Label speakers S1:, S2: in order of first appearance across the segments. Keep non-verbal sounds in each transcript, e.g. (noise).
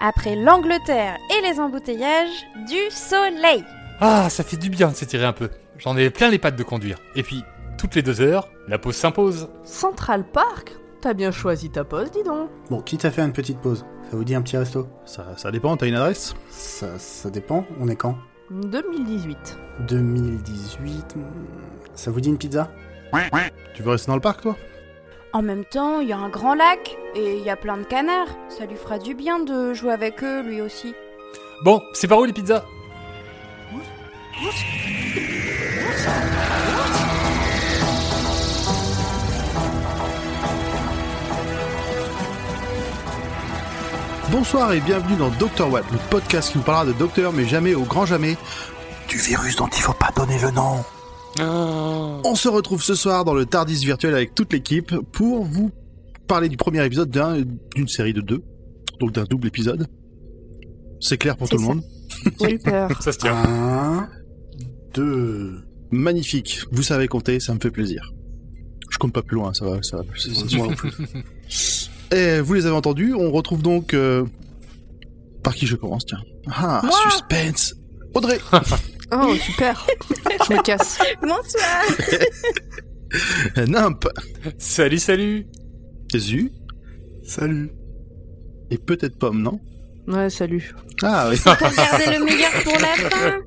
S1: après l'Angleterre et les embouteillages, du soleil.
S2: Ah, ça fait du bien de s'étirer un peu. J'en ai plein les pattes de conduire. Et puis, toutes les deux heures, la pause s'impose.
S3: Central Park T'as bien choisi ta pause, dis donc.
S4: Bon, quitte à faire une petite pause, ça vous dit un petit resto
S5: Ça, ça dépend, t'as une adresse
S4: ça, ça dépend, on est quand
S3: (laughs) 2018.
S4: 2018. hmm, Ça vous dit une pizza
S5: Tu veux rester dans le parc, toi
S1: En même temps, il y a un grand lac et il y a plein de canards. Ça lui fera du bien de jouer avec eux, lui aussi.
S2: Bon, c'est par où les pizzas
S5: Bonsoir et bienvenue dans Dr. Watt, le podcast qui nous parlera de docteur, mais jamais au grand jamais. Du virus dont il faut pas donner le nom. On se retrouve ce soir dans le Tardis virtuel avec toute l'équipe pour vous parler du premier épisode d'un- d'une série de deux, donc d'un double épisode. C'est clair pour
S3: C'est
S5: tout le
S3: ça.
S5: monde.
S3: J'ai eu peur.
S2: Ça se tient.
S4: Un, deux.
S5: Magnifique, vous savez compter, ça me fait plaisir. Je compte pas plus loin, ça va, ça va.
S4: Moi non plus.
S5: Et vous les avez entendus, on retrouve donc... euh, Par qui je commence, tiens Ah,
S3: Moi
S5: suspense Audrey
S3: Oh,
S1: (laughs)
S3: super Je me casse.
S1: Bonsoir
S5: Nimp
S2: Salut, salut
S5: Zu
S4: Salut.
S5: Et peut-être Pomme, non
S3: Ouais, salut.
S5: Ah oui
S1: Pour garder le meilleur pour la fin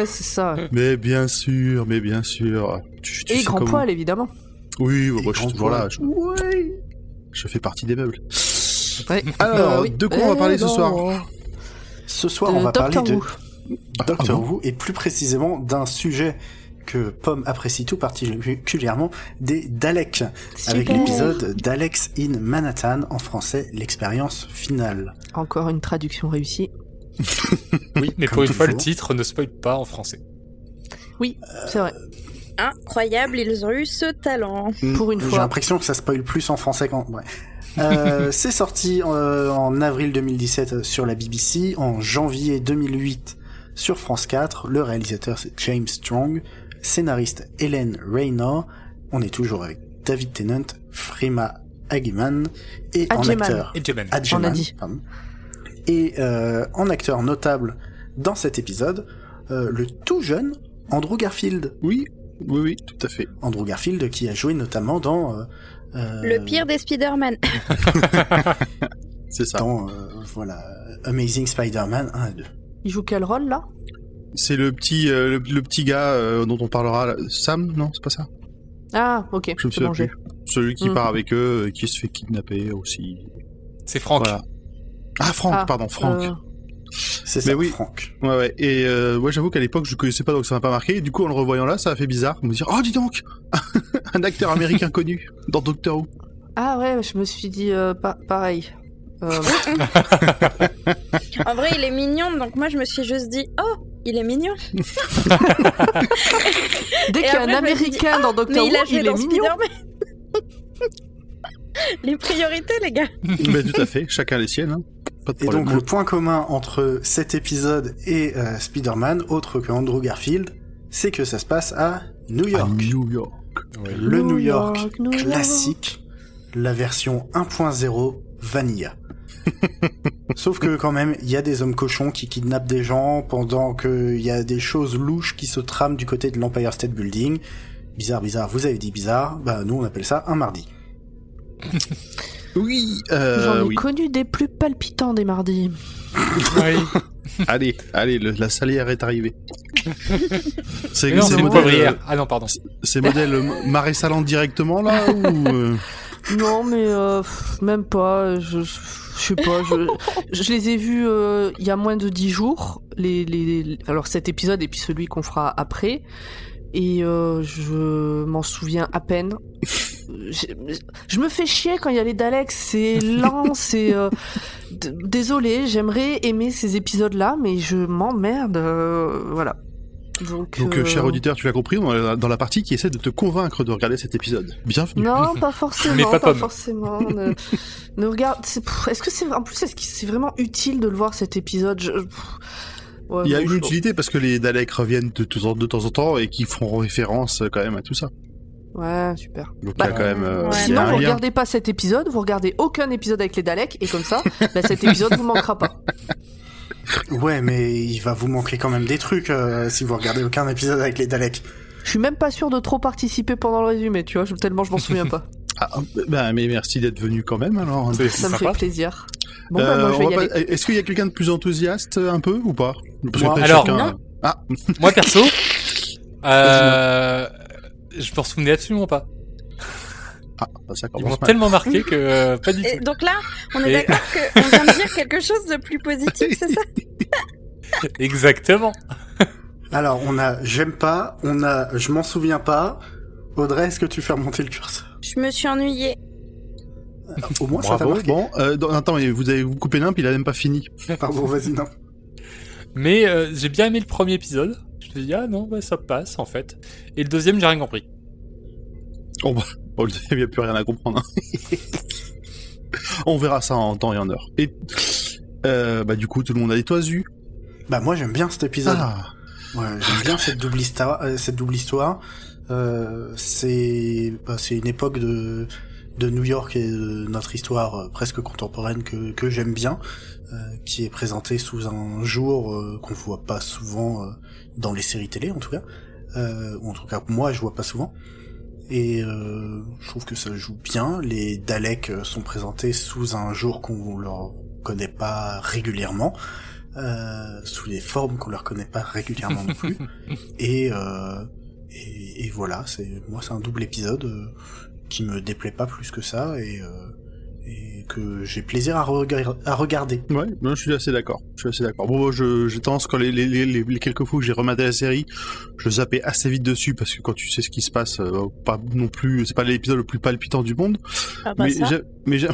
S3: Ouais, c'est ça.
S5: (laughs) Mais bien sûr, mais bien sûr Tu- tu
S3: Et
S5: sais
S3: grand
S5: comment-
S3: poil, évidemment.
S5: Oui, bah,
S4: Et
S5: bah, je suis
S4: grand
S5: toujours là.
S4: poil.
S5: Je... je fais partie des meubles.
S3: Ouais.
S5: Alors,
S3: Euh, oui.
S5: de quoi on va
S3: Eh
S5: parler ce
S3: non.
S5: soir
S4: (laughs) Ce soir, on
S3: De
S4: va
S3: Doctor
S4: parler de
S3: Who.
S4: Doctor
S5: Ah bon
S4: Who et plus précisément d'un sujet que Pomme apprécie tout particulièrement, des Daleks, avec
S3: Super.
S4: l'épisode Daleks in Manhattan, en français, l'expérience finale.
S3: Encore une traduction réussie.
S2: Oui, mais
S4: Comme
S2: pour une fois, le
S4: toujours.
S2: titre ne spoil pas en français.
S3: Oui, c'est vrai.
S1: Incroyable, ils ont eu ce talent.
S3: Pour une
S4: Mm. J'ai
S3: fois.
S4: l'impression que ça spoil plus en français qu'en. ouais.
S3: (laughs)
S4: Euh, c'est sorti euh, en avril 2017 euh, sur la BBC, en janvier 2008 sur France 4. Le réalisateur c'est James Strong, scénariste Hélène Raynor. On est toujours avec David Tennant, Frima Hageman et en
S3: Hageman.
S4: acteur.
S2: Et Jamen.
S4: Adjaman,
S3: On a dit.
S4: pardon. Et euh, en acteur notable dans cet épisode, euh, le tout jeune Andrew Garfield.
S5: Oui, oui, oui, tout à fait.
S4: Andrew Garfield qui a joué notamment dans... euh, euh,
S1: Le pire des Spider-Man.
S5: C'est ça.
S4: Dans, euh, voilà, Amazing Spider-Man 1 et 2.
S3: Il joue quel rôle, là
S5: C'est le petit, euh, le, le petit gars euh, dont on parlera. là. Sam, non, c'est pas ça.
S3: Ah, ok.
S5: Je me
S3: c'est bon,
S5: souviens
S3: j'ai-
S5: plus. Celui qui
S3: Mhm.
S5: part avec eux, et qui se fait kidnapper aussi.
S2: C'est Franck.
S5: Voilà. Ah, Franck,
S3: Ah,
S5: pardon, Franck.
S3: euh,
S4: C'est
S5: Mais
S4: ça,
S5: oui.
S4: Franck.
S5: Ouais, ouais. Et euh, ouais, j'avoue qu'à l'époque, je connaissais pas, donc ça m'a pas marqué. Et du coup, en le revoyant là, ça a fait bizarre. Me dire, oh, dis donc, (laughs) un acteur américain connu dans Doctor Who.
S3: Ah ouais, je me suis dit euh, pa- pareil.
S1: (laughs)
S3: Euh,
S1: En vrai, il est mignon, donc moi je me suis juste dit Oh, il est mignon
S3: dès qu'il y a
S1: après,
S3: un
S1: je me suis dit, ah,
S3: américain dans
S1: Mais
S3: Doctor Who,
S1: il a joué
S3: il est
S1: dans
S3: mignon.
S1: Spider-Man (laughs) Les priorités, les gars
S5: Mais tout à fait, chacun les siennes. hein. Pas de
S4: Et
S5: problème.
S4: donc le point commun entre cet épisode et euh, Spider-Man, autre que Andrew Garfield, c'est que ça se passe à New
S5: À
S4: York.
S5: New York.
S4: le New York,
S3: New York.
S4: classique, la version 1.0 vanilla.
S5: (laughs)
S4: Sauf que quand même, il y a des hommes cochons qui kidnappent des gens pendant qu'il y a des choses louches qui se trament du côté de l'Empire State Building. Bizarre, bizarre, vous avez dit bizarre, bah nous on appelle ça un mardi.
S5: Oui, euh,
S3: J'en ai
S5: oui.
S3: connu des plus palpitants des mardis.
S2: Oui.
S5: allez, allez, le- la salière est arrivée.
S2: Mais
S5: c'est
S2: non, c'est
S5: c'est
S2: une
S5: modèle,
S2: poivrière. Ah non, pardon.
S5: euh, c'est modèle euh, marée salante directement là ou euh,
S3: Non, mais euh, pff, même pas. Je, je sais pas. Je, je les ai vus euh, il y a moins de dix jours. Les, les, les- alors cet épisode et puis celui qu'on fera après. Et euh, je m'en souviens à peine. Je, je me fais chier quand il y a les Daleks. C'est
S5: (laughs)
S3: lent, c'est. euh, d- désolé, j'aimerais aimer ces épisodes-là, mais je m'emmerde. euh, voilà. Donc,
S5: Donc, euh,
S3: euh,
S5: cher auditeur, tu l'as compris, on est dans la- dans la partie qui essaie de te convaincre de regarder cet épisode. Bienvenue.
S3: Non,
S2: (laughs)
S3: pas forcément.
S2: Mais pas
S3: pas,
S2: pomme. (laughs)
S3: forcément. ne, ne regarde. c'est- pff, Est-ce que c'est en plus est-ce que c'est vraiment utile de le voir cet épisode Je- pff, ouais,
S5: Il y a
S3: bon,
S5: une
S3: je-
S5: utilité parce que les Daleks reviennent de, tous- de temps en temps et qui font référence euh, quand même à tout ça.
S3: Ouais, super.
S5: Donc
S3: Bah,
S5: il y a quand même. euh,
S1: ouais.
S5: il y a
S3: Sinon,
S5: un
S3: vous
S5: lien.
S3: regardez pas cet épisode, vous regardez aucun épisode avec les Daleks, et comme
S5: (laughs)
S3: ça, bah, cet épisode vous manquera pas.
S4: Ouais, mais il va vous manquer quand même des trucs euh, si vous regardez aucun épisode avec les Daleks.
S3: Je suis même pas sûr de trop participer pendant le résumé, tu vois, je- tellement je m'en
S2: (laughs)
S3: souviens pas.
S5: Ah, bah, mais merci d'être venu quand même alors.
S2: C'est
S3: Ça me
S2: sympa.
S3: fait plaisir. Bon, bah,
S5: Euh,
S3: moi, je vais
S5: on
S3: y
S5: va
S3: aller.
S5: pas- Est-ce qu'il y a quelqu'un de plus enthousiaste euh, un peu ou pas Parce que
S4: Moi,
S5: peut-être
S2: alors,
S1: non.
S5: Ah,
S2: Moi perso, euh, je m'en souvenais absolument pas.
S5: ah, bah, ça
S2: Ils m'ont
S5: commence mal.
S2: tellement marqué que euh, pas du
S6: Et
S2: tout.
S6: donc là, on est
S2: Et-
S6: d'accord qu'on vient de dire quelque chose de plus positif, c'est ça
S2: Exactement.
S4: Alors, on a j'aime pas, on a je m'en souviens pas. Audrey, est-ce que tu fais remonter le curseur Euh,
S1: Je me suis ennuyée.
S4: Au moins, ça t'a
S5: Bravo.
S4: marqué.
S5: Bon, euh, non, attends, mais vous avez vous coupé l'un, puis il a même pas fini.
S4: Pardon, vas-y, non.
S2: Mais euh, j'ai bien aimé le premier épisode. Je me dis ah non bah, ça passe en fait. Et le deuxième j'ai rien compris.
S5: Bon, Oh, le deuxième, il n'y a plus rien à comprendre. hein. (laughs) on verra ça en temps et en heure. Et euh, bah du coup, tout le monde a des toisus.
S4: Bah moi j'aime bien cet épisode.
S5: Ah,
S4: Ouais, j'aime bien cette double histoire. euh, cette double histoire. Euh, c'est bah, c'est une époque de de New York et de notre histoire euh, presque contemporaine que que j'aime bien, euh, qui est présentée sous un jour euh, qu'on voit pas souvent euh, dans les séries télé en tout cas. Euh, ou en tout cas moi je vois pas souvent. Et euh, je trouve que ça joue bien. Les Daleks euh, sont présentés sous un jour qu'on leur connaît pas régulièrement, euh, sous des formes qu'on leur connaît pas régulièrement non plus. Et, euh, et, et voilà, c'est moi c'est un double épisode euh, qui me déplaît pas plus que ça et, euh, et que j'ai plaisir à, regar- à regarder.
S5: ouais, non, je suis assez d'accord. Je suis assez d'accord. Bon, moi, je- j'ai tendance quand les, les, les, les- les quelques fois que j'ai rematé la série, je zappais assez vite dessus parce que quand tu sais ce qui se passe, euh, pas non plus, c'est pas l'épisode le plus palpitant du monde.
S6: Ah
S5: mais j'ai- mais j'ai-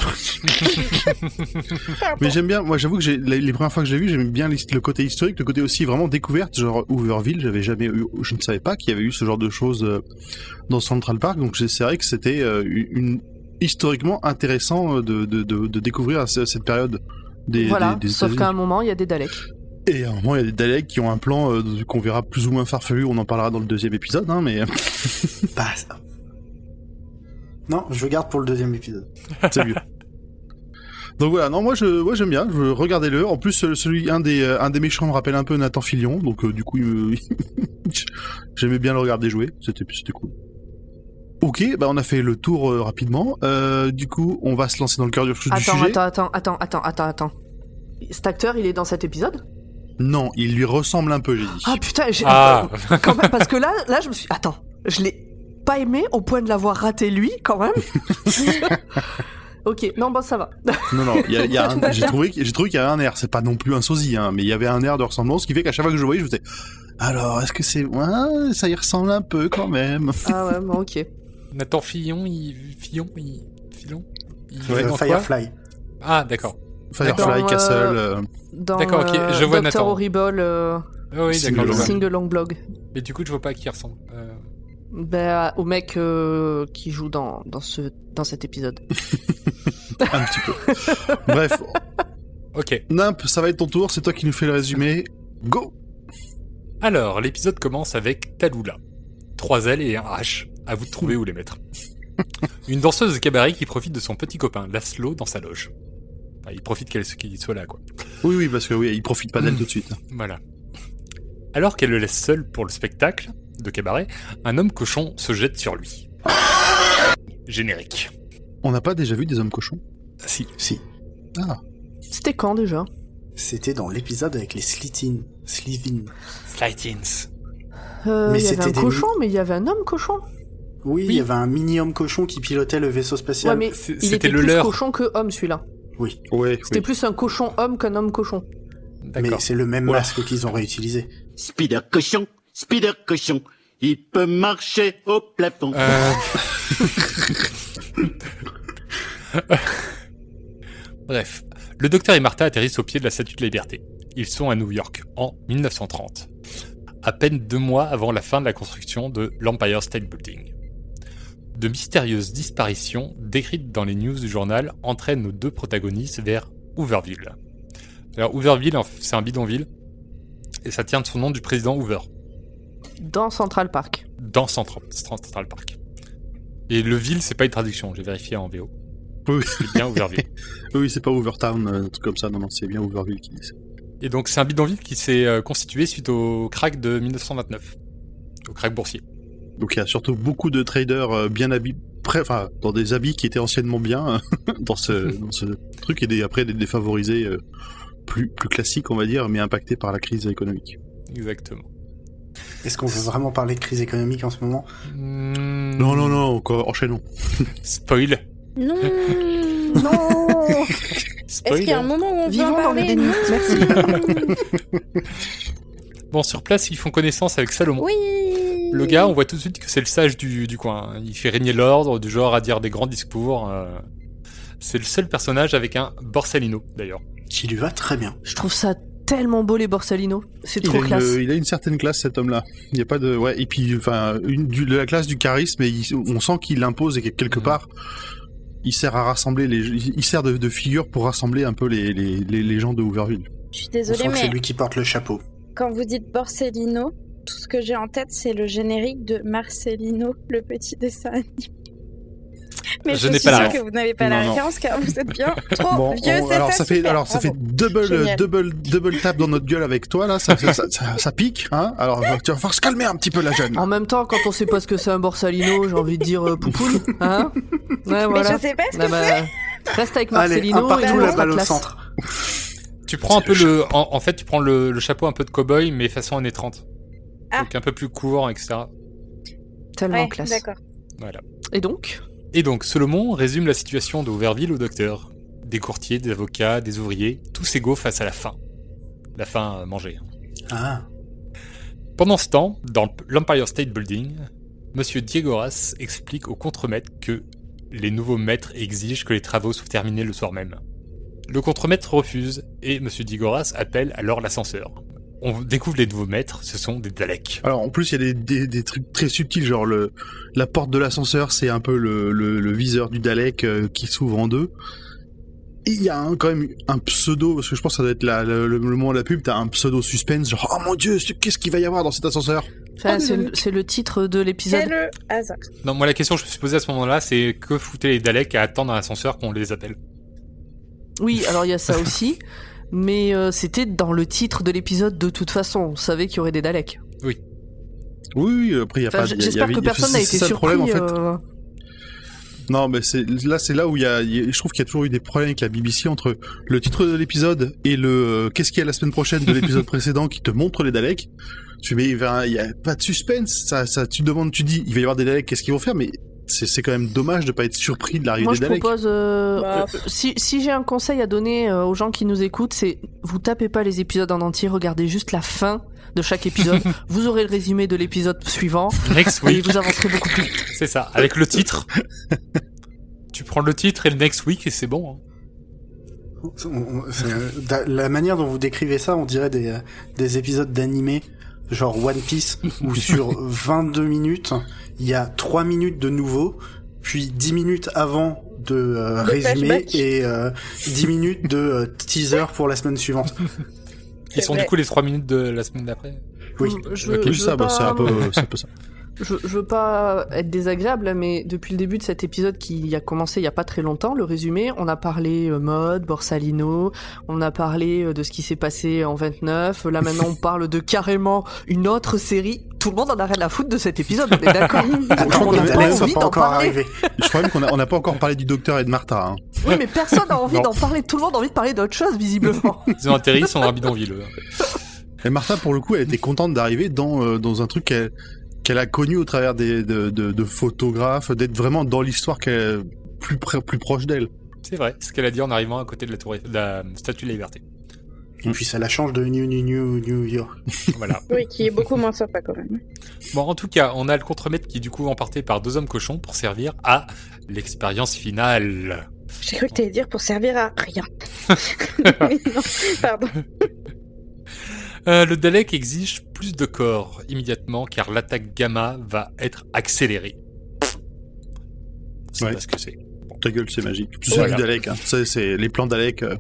S5: (laughs) Mais j'aime bien, moi j'avoue que j'ai- les, les premières fois que j'ai vu, j'aime bien l'his- le côté historique, le côté aussi vraiment découverte, genre Hooverville, j'avais jamais eu, je ne savais pas qu'il y avait eu ce genre de choses euh, dans Central Park, donc c'est c'est vrai que c'était euh, une, historiquement intéressant euh, de, de, de, de découvrir ce- cette période des,
S3: Voilà,
S5: des, des
S3: sauf
S5: États-Unis.
S3: qu'à un moment, il y a des Daleks.
S5: Et à un moment, il y a des Daleks qui ont un plan euh, qu'on verra plus ou moins farfelu, on en parlera dans le deuxième épisode, hein, mais
S4: Pas ça. Non, je garde pour le deuxième épisode.
S5: c'est mieux. Donc voilà, non, moi je, moi j'aime bien, je- regardez-le. En plus, euh, celui, un des, euh, un des méchants me rappelle un peu Nathan Fillion, donc euh, du coup, il me- (laughs) j'aimais bien le regarder jouer, c'était, c'était cool. Ok, bah on a fait le tour euh, rapidement. Euh, du coup, on va se lancer dans le cœur du, du
S3: Attends,
S5: sujet.
S3: attends, attends, attends, attends, attends, attends. Cet acteur, il est dans cet épisode
S5: Non, il lui ressemble un peu, j'ai dit.
S3: Ah putain, j'ai...
S2: Ah
S3: quand même, parce que là, là, je me suis... Attends, je l'ai pas aimé au point de l'avoir raté lui, quand même. (laughs) ok, non, bon, ça va.
S5: Non, non, il y
S3: (laughs)
S5: a- il y a
S6: Tout
S5: un-
S6: va
S5: j'ai
S6: bien.
S5: trouvé, qu'il- j'ai trouvé qu'il y avait un air. C'est pas non plus un sosie, hein, mais il y avait un air de ressemblance, ce qui fait qu'à chaque fois que je le voyais, je me disais, alors, est-ce que c'est, ouais, ça y ressemble un peu quand même.
S3: Ah ouais, bon, ok.
S2: Nathan Fillon, il Fillon, il Fillon. Il
S5: Ouais,
S2: est
S4: Euh,
S2: dans quoi
S4: Firefly.
S2: Ah d'accord.
S5: Firefly
S3: Dans, euh,
S5: Castle. euh,
S3: Dans,
S2: D'accord, ok,
S3: euh,
S2: je vois
S3: Dr.
S2: Nathan.
S3: Horrible, euh,
S2: Ah oui
S5: Single
S2: d'accord. je
S5: Long.
S2: vois.
S3: Sing the Long Blog.
S2: Mais du coup je vois pas à qui il ressemble. Euh,
S3: Bah, au mec euh, qui joue dans, dans, ce, dans cet épisode.
S5: un petit peu. Bref,
S2: Ok.
S5: Nimp, ça va être ton tour, c'est toi qui nous fais le résumé. Go
S2: Alors, l'épisode commence avec Talula. Trois ailes et un H. À vous de trouver où les
S3: (laughs)
S2: mettre. Une danseuse de cabaret qui profite de son petit copain, Laszlo, dans sa loge. Enfin, il profite qu'elle qu'il soit là, quoi.
S5: Oui, oui, parce que oui, il profite pas d'elle tout de suite.
S2: Voilà. Alors qu'elle le laisse seul pour le spectacle de cabaret, un homme cochon se jette sur lui. Générique.
S5: On n'a pas déjà vu des hommes cochons
S2: Ah, Si.
S4: Si.
S5: Ah,
S3: C'était quand déjà
S4: C'était dans l'épisode avec les Slitins. Slithin.
S2: Slightins.
S3: Euh,
S4: Mais
S3: Il y avait
S4: c'était
S3: un
S4: des-
S3: cochon, mais il y avait un homme cochon.
S4: Oui, il y avait un mini-homme cochon qui pilotait le vaisseau
S3: Ouais,
S4: spatial.
S3: mais
S2: c'est-
S3: il
S2: c'était
S3: était
S2: le
S3: plus
S2: leur.
S3: cochon que homme celui-là.
S5: ouais.
S3: C'était plus un cochon homme qu'un homme cochon.
S4: mais
S2: D'accord.
S4: c'est le même
S5: Voilà.
S4: masque qu'ils ont réutilisé.
S7: Spider cochon, Spider cochon, il peut marcher au plafond.
S8: Uh.
S2: Euh. (laughs) Bref, le docteur et Martha atterrissent au pied de la Statue de la Liberté. Ils sont à New York en 1930, à peine deux mois avant la fin de la construction de l'Empire State Building. De mystérieuses disparitions décrites dans les news du journal entraînent nos deux protagonistes vers Hooverville. Alors Hooverville, en fait, c'est un bidonville et ça tient de son nom du président Hoover
S3: Dans Central Park.
S2: dans Central, Central Park. Et le ville, c'est pas une traduction, j'ai vérifié en VO.
S5: Oui, oui.
S2: (laughs) C'est bien Hooverville.
S5: Oui, c'est pas Overtown, euh, un truc comme ça. Non, non, c'est bien Overville qui dit ça.
S2: Et donc, c'est un bidonville qui s'est euh, constitué suite au crack de 1929. Au crack boursier.
S5: Donc il y a surtout beaucoup de traders euh, bien habillés, près- enfin, dans des habits qui étaient anciennement bien euh, (laughs) dans, ce, dans ce truc, et des, après des défavorisés euh, plus, plus classiques, on va dire, mais impactés par la crise économique.
S2: Exactement.
S4: Est-ce qu'on veut vraiment parler de crise économique en ce moment
S6: Hmm.
S5: Non, non, non, encore, enchaînons.
S2: Spoil.
S6: Non
S1: Non
S6: Est-ce qu'il y
S2: Spoil.
S6: a un moment où on vient
S3: Vivons dans le
S6: parler
S3: déni. Merci.
S2: Bon, sur place, ils font connaissance avec Salomon.
S6: Oui
S2: Le gars, on voit tout de suite que c'est le sage du, du coin. hein. Il fait régner l'ordre, du genre à dire des grands discours. euh. C'est le seul personnage avec un Borsalino, d'ailleurs.
S4: Qui lui va très bien.
S3: Je trouve ça tellement beau les Borsalino. C'est
S5: Il a,
S3: trop classe.
S5: une, il a une certaine classe, cet homme-là. Il y a pas de, ouais, et puis, enfin, une, du- de la classe du charisme, et il- on sent qu'il l'impose et que quelque
S2: Mhm.
S5: part, il sert à rassembler les, il sert de, de figure pour rassembler un peu les, les, les, les gens de Hooverville.
S6: Je suis
S4: On
S6: désolée,
S4: sent que
S6: mais
S4: c'est lui qui porte le chapeau.
S6: quand vous dites Borsellino, tout ce que j'ai en tête, c'est le générique de Marcelino, le petit dessin animé. Mais
S2: Je
S6: je,
S2: n'ai
S6: suis
S2: pas la
S6: sûre
S2: ref.
S6: que vous n'avez pas
S5: Non,
S6: la
S5: non.
S6: référence, car vous êtes bien trop
S5: Bon,
S6: Oh, vieux,
S5: on-
S6: c'est
S5: alors ça, fait
S6: super,
S5: alors ça fait
S6: bravo.
S5: double
S6: Génial.
S5: double double tape dans notre gueule avec toi là, ça, ça, ça- ça- ça pique hein. Alors tu vas falloir se calmer un petit peu la jeune.
S3: En même temps, quand on sait pas ce que c'est un Borsalino, j'ai envie de dire euh, poupoule,
S5: (laughs)
S3: hein Ouais, voilà.
S6: Mais je sais pas ce que
S3: Ah bah, reste avec
S4: Allez, un
S3: Marcelino et
S4: partout,
S3: nous, on
S4: la
S3: sera
S4: balle au
S3: classe.
S4: centre.
S2: Tu prends un peu le. En, en fait, tu prends le, le chapeau un peu de cow-boy, mais façon années 30.
S6: Ah.
S2: Donc un peu plus court, etc.
S3: Tellement
S6: Ouais,
S3: classe.
S6: d'accord.
S2: Voilà.
S3: Et donc
S2: Et donc, Solomon résume la situation de Hooverville au docteur. Des courtiers, des avocats, des ouvriers, tous égaux face à la faim. La faim à manger. hein.
S4: Ah,
S2: Pendant ce temps, dans l'Empire State Building, Monsieur Diegoras explique aux contremaîtres que les nouveaux maîtres exigent que les travaux soient terminés le soir même. Le contremaître refuse et Monsieur Diegoras appelle alors l'ascenseur. On découvre les nouveaux maîtres, ce sont des Daleks.
S5: Alors en plus il y a des, des, des trucs très subtils genre le la porte de l'ascenseur c'est un peu le, le, le viseur du Dalek euh, qui s'ouvre en deux. Et Il y a un- quand même un pseudo, parce que je pense que ça doit être la- le, le moment de la pub, t'as un pseudo suspense, genre oh mon dieu, c'est- qu'est-ce qu'il va y avoir dans cet ascenseur
S3: Enfin,
S6: Oh,
S3: c'est
S6: mais
S3: le- c'est le titre de
S6: C'est
S3: l'épisode.
S6: le hasard.
S2: Non, moi la question que je me suis posée à ce moment-là, c'est que foutaient les Daleks à attendre un ascenseur qu'on les appelle (laughs)
S3: Oui, alors il y a ça aussi. Mais euh, c'était dans le titre de l'épisode de toute façon. On savait qu'il y aurait des Daleks.
S5: Oui, oui, après il y a
S3: Enfin,
S5: pas
S3: j-
S5: de- il y a-
S3: J'espère
S5: il y a-
S3: que personne
S5: c'est-
S3: n'a
S5: c'est
S3: été
S5: ça le
S3: surpris.
S5: problème, en fait.
S3: euh,
S5: Non, mais c'est là, c'est là où il y a, il y a- je trouve qu'il y a toujours eu des problèmes avec la BBC entre le titre de l'épisode et le euh, qu'est-ce qu'il y a la semaine prochaine de l'épisode précédent qui te montre les Daleks. Tu mais il va- il y a pas de suspense. Ça, ça, tu demandes, tu dis, il va y avoir des Daleks, qu'est-ce qu'ils vont faire Mais c'est, c'est quand même dommage de pas être surpris de l'arrivée
S3: Moi,
S5: des
S3: je
S5: Daleks.
S3: propose. euh,
S6: Bah,
S3: euh, si si j'ai un conseil à donner euh, aux gens qui nous écoutent, c'est vous tapez pas les épisodes en entier, regardez juste la fin de chaque
S5: (laughs)
S3: épisode. vous aurez le résumé de l'épisode suivant
S2: Next
S3: et
S2: week,
S3: vous avancerez beaucoup plus vite.
S2: c'est ça, avec le titre. tu prends le titre et le next week et c'est bon. hein.
S4: On- on- c'est, euh, da- la manière dont vous décrivez ça, on dirait des, euh, des épisodes d'animé, genre One Piece,
S3: (laughs)
S4: où sur 22 minutes, il y a 3 minutes de nouveau, puis 10 minutes avant de euh,
S6: De
S4: résumé
S6: flashback.
S4: et euh, 10 minutes de euh, teaser pour la semaine suivante.
S6: C'est
S2: Ils sont
S6: vrai.
S2: du coup les 3 minutes de la semaine d'après.
S4: Oui.
S3: je,
S2: Ok,
S3: je
S5: Oui,
S3: veux
S5: ça, bah,
S3: pas-
S5: c'est un peu, c'est un peu ça.
S3: Je, je veux pas être désagréable, mais depuis le début de cet épisode qui a commencé il y a pas très longtemps, le résumé, on a parlé euh, mode, Borsalino, on a parlé euh, de ce qui s'est passé en 29. Là maintenant, on parle de carrément une autre série. Tout le monde en a rien à foutre de cet épisode, on est
S4: (laughs)
S3: d'accord
S4: Attends,
S3: On
S4: les
S3: n'a pas
S4: Daleks sont
S3: envie
S4: pas
S3: d'en
S4: encore
S3: parler.
S4: arrivés.
S5: Je crois même qu'on a, on n'a pas encore parlé du docteur et de Martha. Hein.
S3: Oui, mais personne n'a envie
S2: Non.
S3: d'en parler. Tout le monde a envie de parler d'autre chose,
S4: (laughs)
S3: visiblement.
S2: Ils ont atterri, ils sont en bidonville. eux.
S5: Et Martha, pour le coup, elle était contente d'arriver dans, euh, dans un truc qu'elle qu'elle a connu au travers des, de, de, de photographes, d'être vraiment dans l'histoire qu'elle plus, près- plus proche d'elle.
S2: C'est vrai, ce qu'elle a dit en arrivant à côté de la, tour, Eiff- de la statue de la liberté.
S4: Et
S3: Mm.
S4: puis ça la change de New New New New York.
S2: Voilà.
S6: Oui, qui est beaucoup moins sympa quand même.
S2: Bon, en tout cas, on a le contremaître qui est du coup emporté par deux hommes cochons pour servir à l'expérience finale.
S6: J'ai cru que t'allais dire pour servir à rien. (laughs) Mais non, pardon.
S2: Euh, le Dalek exige plus de corps immédiatement car l'attaque gamma va être accélérée. C'est
S5: Ouais.
S2: pas ce que c'est.
S5: Ta gueule, c'est magique. Tu sais
S2: Voilà.
S5: du Dalek, hein. C'est- c'est les plans Dalek. euh.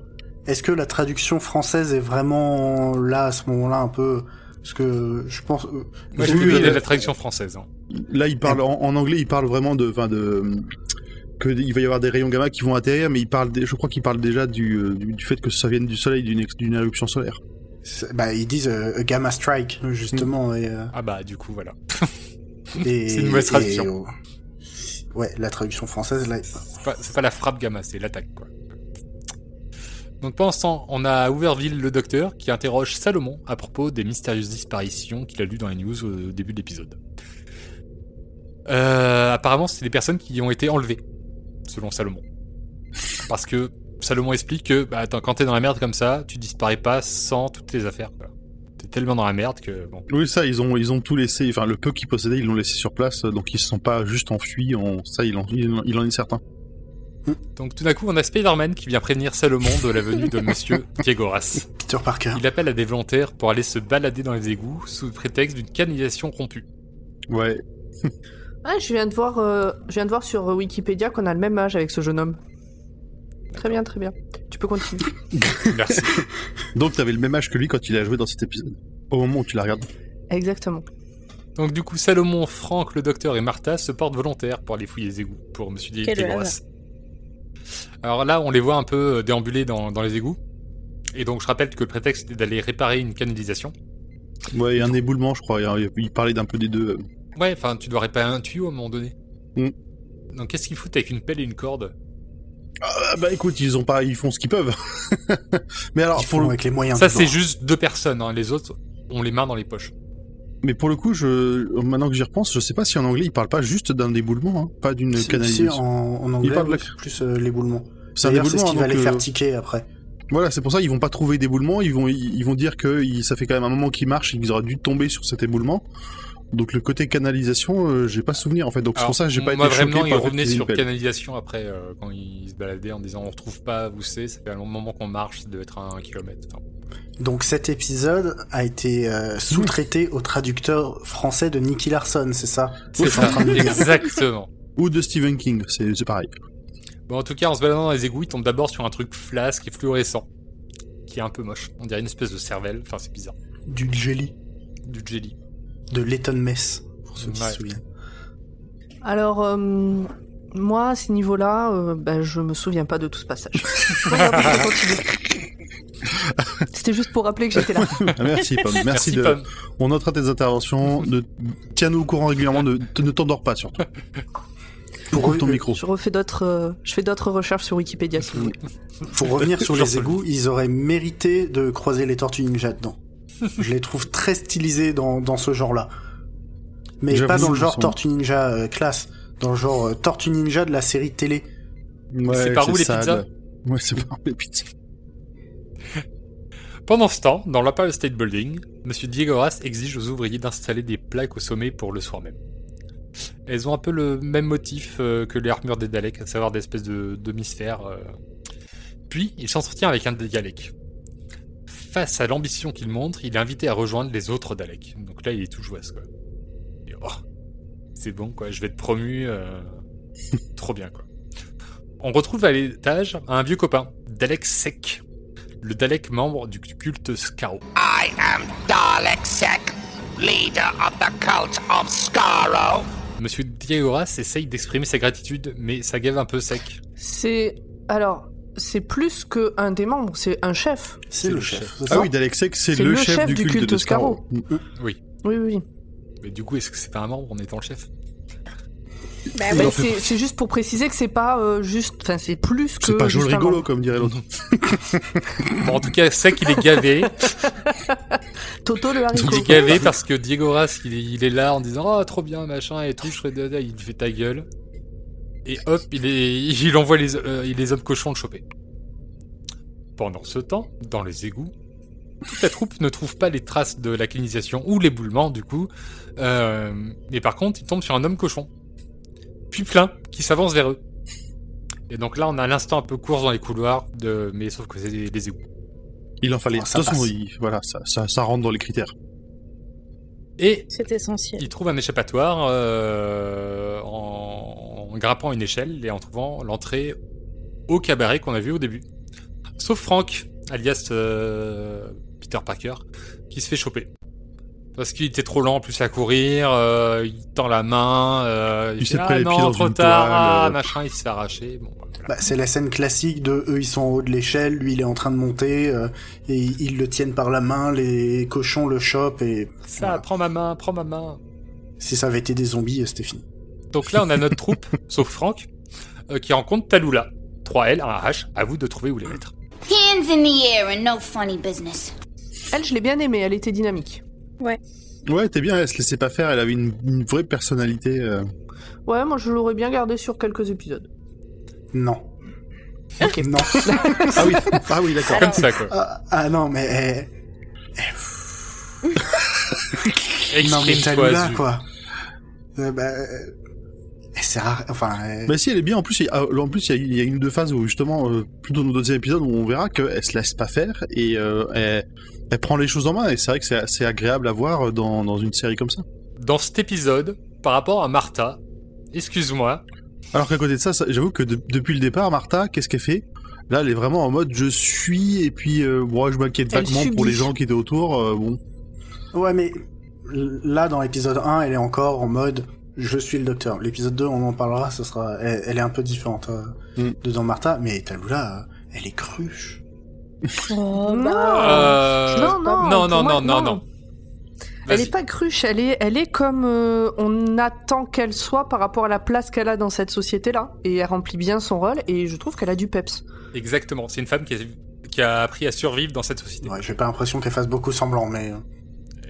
S4: Est-ce que la traduction française est vraiment là à ce moment-là un peu Parce que je pense. euh,
S2: Moi, je
S4: vu,
S2: t'ai donné
S4: euh,
S2: la traduction française. hein.
S5: Là, il parle en, en anglais, il parle vraiment de, enfin de, que d- il va y avoir des rayons gamma qui vont atterrir, mais il parle, dé- je crois qu'il parle déjà du, euh, du, du fait que ça vienne du soleil, d'une ex- d'une éruption solaire.
S4: c'est- bah, ils disent euh, a Gamma Strike, justement. Et, euh,
S2: Ah bah du coup voilà.
S4: et-
S2: C'est une mauvaise
S4: et-
S2: traduction.
S4: et, euh, ouais, la traduction française, là.
S2: C'est pas, c'est pas la frappe gamma, c'est l'attaque quoi. Donc pendant ce temps, on a à Hooverville le docteur qui interroge Salomon à propos des mystérieuses disparitions qu'il a lues dans les news au début de l'épisode. Euh, apparemment, c'est des personnes qui ont été enlevées, selon Salomon. Parce que Salomon explique que bah, attends, quand t'es dans la merde comme ça, tu disparais pas sans toutes tes affaires. quoi. T'es tellement dans la merde que bon.
S5: Oui, ça, ils ont, ils ont tout laissé, enfin le peu qu'ils possédaient, ils l'ont laissé sur place, donc ils se sont pas juste enfuis. En, ça, il en, il en- il en est certain.
S2: Donc tout d'un coup, on a Spider-Man qui vient prévenir Salomon de la venue de Monsieur Diegoras.
S4: Peter Parker.
S2: Il appelle à des volontaires pour aller se balader dans les égouts sous le prétexte d'une canalisation rompue.
S5: Ouais.
S3: Ah, je viens de voir, euh, je viens de voir sur Wikipédia qu'on a le même âge avec ce jeune homme. Très bien, très bien. Tu peux continuer.
S2: Merci.
S5: Donc t'avais le même âge que lui quand il a joué dans cet épisode. Au moment où tu la regardes.
S3: Exactement.
S2: Donc du coup, Salomon, Franck, le docteur et Martha se portent volontaires pour aller fouiller les égouts pour Monsieur Diego
S6: Quel
S2: Grasse. Alors là, on les voit un peu euh, déambuler dans, dans les égouts. Et donc je rappelle que le prétexte est d'aller réparer une canalisation.
S5: Ouais, il y a un éboulement, je crois. Il y a- Il parlait d'un peu des deux.
S2: Ouais, enfin tu dois réparer un tuyau à un moment donné.
S5: Mm.
S2: Donc qu'est-ce qu'ils foutent avec une pelle et une corde
S5: Ah bah écoute, ils ont pas, ils font ce qu'ils peuvent. (laughs) mais alors
S4: Ils
S5: pour
S4: font
S5: le
S4: avec les moyens
S2: Ça
S4: du
S2: c'est
S4: bord.
S2: juste deux personnes, hein. les autres ont les mains dans les poches.
S5: Mais pour le coup, je, maintenant que j'y repense, je sais pas si en anglais il parle pas juste d'un éboulement, hein, pas d'une
S4: Si- si,
S5: canalisation.
S4: en, en anglais,
S5: Il parle de la-
S4: oui, c'est plus euh, l'éboulement.
S5: C'est un
S4: D'ailleurs, C'est
S5: éboulement.
S4: ce qui
S5: hein,
S4: va
S5: donc,
S4: les faire
S5: euh,
S4: tiquer après.
S5: voilà, c'est pour ça ils vont pas trouver d'éboulement, ils vont ils ils vont dire que il- ça fait quand même un moment qu'ils marchent, ils auraient dû tomber sur cet éboulement. Donc le côté canalisation, euh, j'ai pas souvenir en fait. Donc c'est
S2: Alors,
S5: pour ça que j'ai pas
S2: moi,
S5: été choqué
S2: vraiment,
S5: par
S2: il
S5: le fait
S2: revenait
S5: qu'ils aient
S2: sur
S5: une pelle.
S2: canalisation après, euh, quand il se baladait en disant on retrouve pas où c'est, ça fait un long moment qu'on marche, ça doit être un kilomètre. Enfin,
S4: Donc cet épisode a été euh, sous-traité au traducteur français de Nicky Larson, c'est ça
S2: c'est
S4: je suis en train de
S2: ça,
S4: le
S2: (laughs)
S4: dire.
S2: exactement.
S5: Ou de Stephen King, c'est c'est pareil.
S2: Bon, en tout cas, en se baladant dans les égouts, il tombe d'abord sur un truc flasque et fluorescent, qui est un peu moche. On dirait une espèce de cervelle, enfin c'est bizarre,
S4: Du jelly.
S2: du jelly.
S4: De Letton Mess, pour ceux qui
S2: Ouais.
S4: se souviennent.
S3: Alors, euh, moi, à ce niveau-là, euh, ben, je me souviens pas de tout ce
S5: (laughs)
S3: passage. Voilà, vous pouvez continuer. C'était juste pour rappeler que j'étais là.
S5: Ah, merci
S2: (laughs)
S5: Pomme, merci,
S2: Merci,
S5: de.
S2: Pam.
S5: On notera tes interventions, de... tiens-nous au courant régulièrement, de... ne t'endors pas surtout.
S4: Pour,
S5: Coupe
S4: eux,
S5: ton (laughs) micro. Mm.
S3: Je refais d'autres, euh, je fais d'autres recherches sur Wikipédia. si vous voulez.
S4: Pour revenir sur
S2: Genre
S4: les égouts, ils auraient mérité de croiser les tortues ninja dedans. Je les trouve très stylisées dans, dans ce genre-là. Mais
S5: J'avoue,
S4: pas dans le
S5: ils
S4: genre
S5: sont-
S4: tortue ninja euh, classe, dans le genre euh, tortue ninja de la série télé.
S5: Ouais,
S2: par où les
S5: sale.
S2: pizzas
S5: Ouais, c'est par où les pizzas.
S2: Pendant ce temps, dans l'Empire State Building, Monsieur Diegoras exige aux ouvriers d'installer des plaques au sommet pour le soir même. Elles ont un peu le même motif euh, que les armures des Daleks, à savoir des espèces de demi-sphères. euh. Puis, il s'entretient avec un des Daleks. Face à l'ambition qu'il montre, il est invité à rejoindre les autres Daleks. Donc là, il est tout jouasse, quoi. Et, oh, c'est bon, quoi, je vais être promu. euh, Trop bien, quoi. On retrouve à l'étage un vieux copain, Dalek Sec, le Dalek membre du culte Scarrow.
S8: I am Dalek Sek, leader of the cult of Skaro.
S2: Monsieur Diagoras essaye d'exprimer sa gratitude, mais ça gave un peu sec.
S3: C'est alors, c'est plus que un des membres, c'est un chef.
S4: C'est le, chef. c'est
S5: Ah
S4: ça
S5: oui, Dalexek, c'est le, chef, du culte, de Scarrow.
S3: Oui, oui. oui.
S2: Mais du coup, est-ce que c'est pas un membre en étant le chef
S6: Bah
S5: Il
S3: Mais
S5: Ah en fait-
S3: c'est c'est juste pour préciser que c'est pas euh, juste, enfin c'est plus que.
S5: C'est pas joli
S3: juste un
S5: rigolo,
S3: membre.
S5: comme dirait l'autre.
S2: Bon, en tout cas, sec, il est gavé.
S3: Toto le
S2: Il est
S3: haricot.
S2: gavé parce que Diegoras, il, est- il est là en disant Oh, trop bien, machin, et tout, je ferai dada, il fait ta gueule. Et hop, il, est, (laughs) il envoie les, euh, il les hommes cochons le choper. Pendant ce temps, dans les égouts, toute la troupe ne trouve pas les traces de la clinisation ou l'éboulement, du coup. Euh, mais par contre, ils tombent sur un homme cochon. Puis plein, qui s'avance vers eux. Et donc là, on a l'instant un peu course dans les couloirs, de... mais sauf que c'est des- des égouts.
S5: Il en fallait.
S3: Ah,
S4: Oh,
S5: De
S4: ça
S5: toute façon,
S4: passe.
S5: il- voilà, ça, ça, ça rentre dans les critères.
S2: Et
S6: C'est essentiel.
S2: Il trouve un échappatoire euh, en, en grimpant une échelle et en trouvant l'entrée au cabaret qu'on a vu au début. Sauf Frank, alias euh, Peter Parker, qui se fait choper. Parce qu'il était trop lent en plus à courir, euh, il tend la main, euh,
S5: Il
S2: il
S5: s'est
S2: fait
S5: pris
S2: ah,
S5: les
S2: non,
S5: pieds dans
S2: trop
S5: une
S2: tard,
S5: toile,
S2: ah,
S5: euh.
S2: machin, il se fait arracher. Bon, voilà.
S4: Bah, c'est la scène classique de eux ils sont en haut de l'échelle, lui il est en train de monter euh, et ils le tiennent par la main, les cochons le chopent et
S2: Ça,
S4: Voilà.
S2: prends ma main, prends ma main.
S4: si ça avait été des zombies euh, c'était fini.
S2: Donc là, on a notre
S5: (laughs)
S2: troupe, sauf Franck, euh, qui rencontre Talula. 3L, 1H, à vous de trouver où les mettre.
S9: Hands in the air and no funny business.
S3: Elle, je l'ai bien aimée, elle était dynamique.
S5: Ouais, t'es bien, elle se laissait pas faire, elle avait une, une vraie personnalité. euh.
S3: Ouais, moi je l'aurais bien gardée sur quelques épisodes.
S4: Non. Non.
S5: (laughs) Ah oui, ah oui d'accord.
S2: Comme ça, quoi.
S4: ah, ah, non mais eh, non mais
S2: Exprime-toi,
S4: Talula
S2: Zu.
S4: quoi. Euh, bah, euh, c'est rare enfin euh,
S5: Bah si, elle est bien. En plus, il y a, en plus, il y a- il y a une ou deux phases où justement, euh, plutôt dans le deuxième épisode, où on verra qu'elle se laisse pas faire et euh, elle, elle prend les choses en main. Et c'est vrai que c'est assez agréable à voir dans, dans une série comme ça.
S2: Dans cet épisode, par rapport à Martha, excuse-moi,
S5: Alors qu'à côté de ça, ça- j'avoue que de- depuis le départ, Martha, qu'est-ce qu'elle fait Là, elle est vraiment en mode je suis et puis euh, moi, je m'inquiète
S3: Elle
S5: vaguement pour
S3: subit.
S5: les gens qui étaient autour. euh, bon,
S4: Ouais, mais l- là, dans l'épisode 1, elle est encore en mode je suis le docteur. L'épisode 2, on en parlera, ce sera, elle, elle est un peu différente euh,
S2: Hmm.
S5: Mm.
S4: dedans Martha, mais Talula, euh, elle est cruche.
S6: Oh,
S3: Non.
S6: bah.
S2: Euh,
S3: Non, non,
S2: non,
S3: pour
S2: non,
S3: moi,
S2: non, non,
S3: non.
S2: non.
S3: Elle
S2: Vas-y.
S3: est pas cruche, elle est, elle est comme euh, on attend qu'elle soit par rapport à la place qu'elle a dans cette société-là. Et elle remplit bien son rôle et je trouve qu'elle a du peps.
S2: Exactement. C'est une femme qui a, qui a appris à survivre dans cette société.
S4: Ouais, j'ai pas l'impression qu'elle fasse beaucoup semblant, mais euh,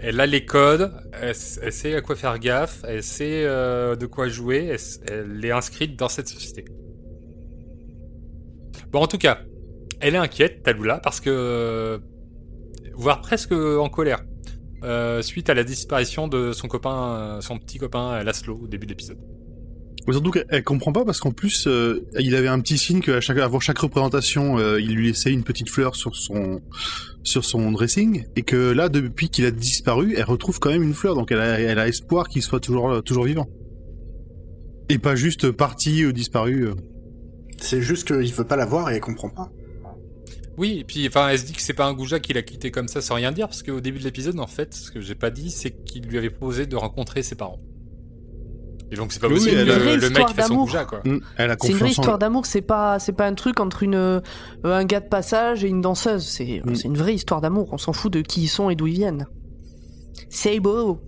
S2: Elle a les codes, elle, s- elle sait à quoi faire gaffe, elle sait euh, de quoi jouer, elle, s- elle est inscrite dans cette société. Bon, en tout cas, elle est inquiète, Talula, parce que. euh, voire presque en colère, euh, suite à la disparition de son copain, euh, son petit copain euh, Laszlo au début de l'épisode.
S5: Mais surtout qu'elle elle comprend pas parce qu'en plus euh, il avait un petit signe que à chaque, avant chaque représentation euh, il lui laissait une petite fleur sur son sur son dressing et que là depuis qu'il a disparu elle retrouve quand même une fleur donc elle a, elle a espoir qu'il soit toujours toujours vivant et pas juste parti ou disparu. euh.
S4: c'est juste qu'il veut pas la voir et elle comprend pas.
S2: Oui, et puis enfin, elle se dit que c'est pas un goujat qui l'a quitté comme ça sans rien dire, parce qu'au début de l'épisode, en fait, ce que j'ai pas dit, c'est qu'il lui avait proposé de rencontrer ses parents. Et donc c'est pas
S5: Oui,
S2: possible
S5: elle
S2: que
S5: a-
S2: le,
S3: Une vraie
S2: mec
S3: histoire
S2: fasse un
S3: d'amour.
S2: goujat, quoi.
S5: Mm. Elle a
S3: C'est une vraie
S5: confiance en
S3: histoire d'amour, c'est pas, c'est pas un truc entre une, euh, un gars de passage et une danseuse. C'est,
S5: Mm.
S3: c'est une vraie histoire d'amour. On s'en fout de qui ils sont et d'où ils viennent. C'est beau.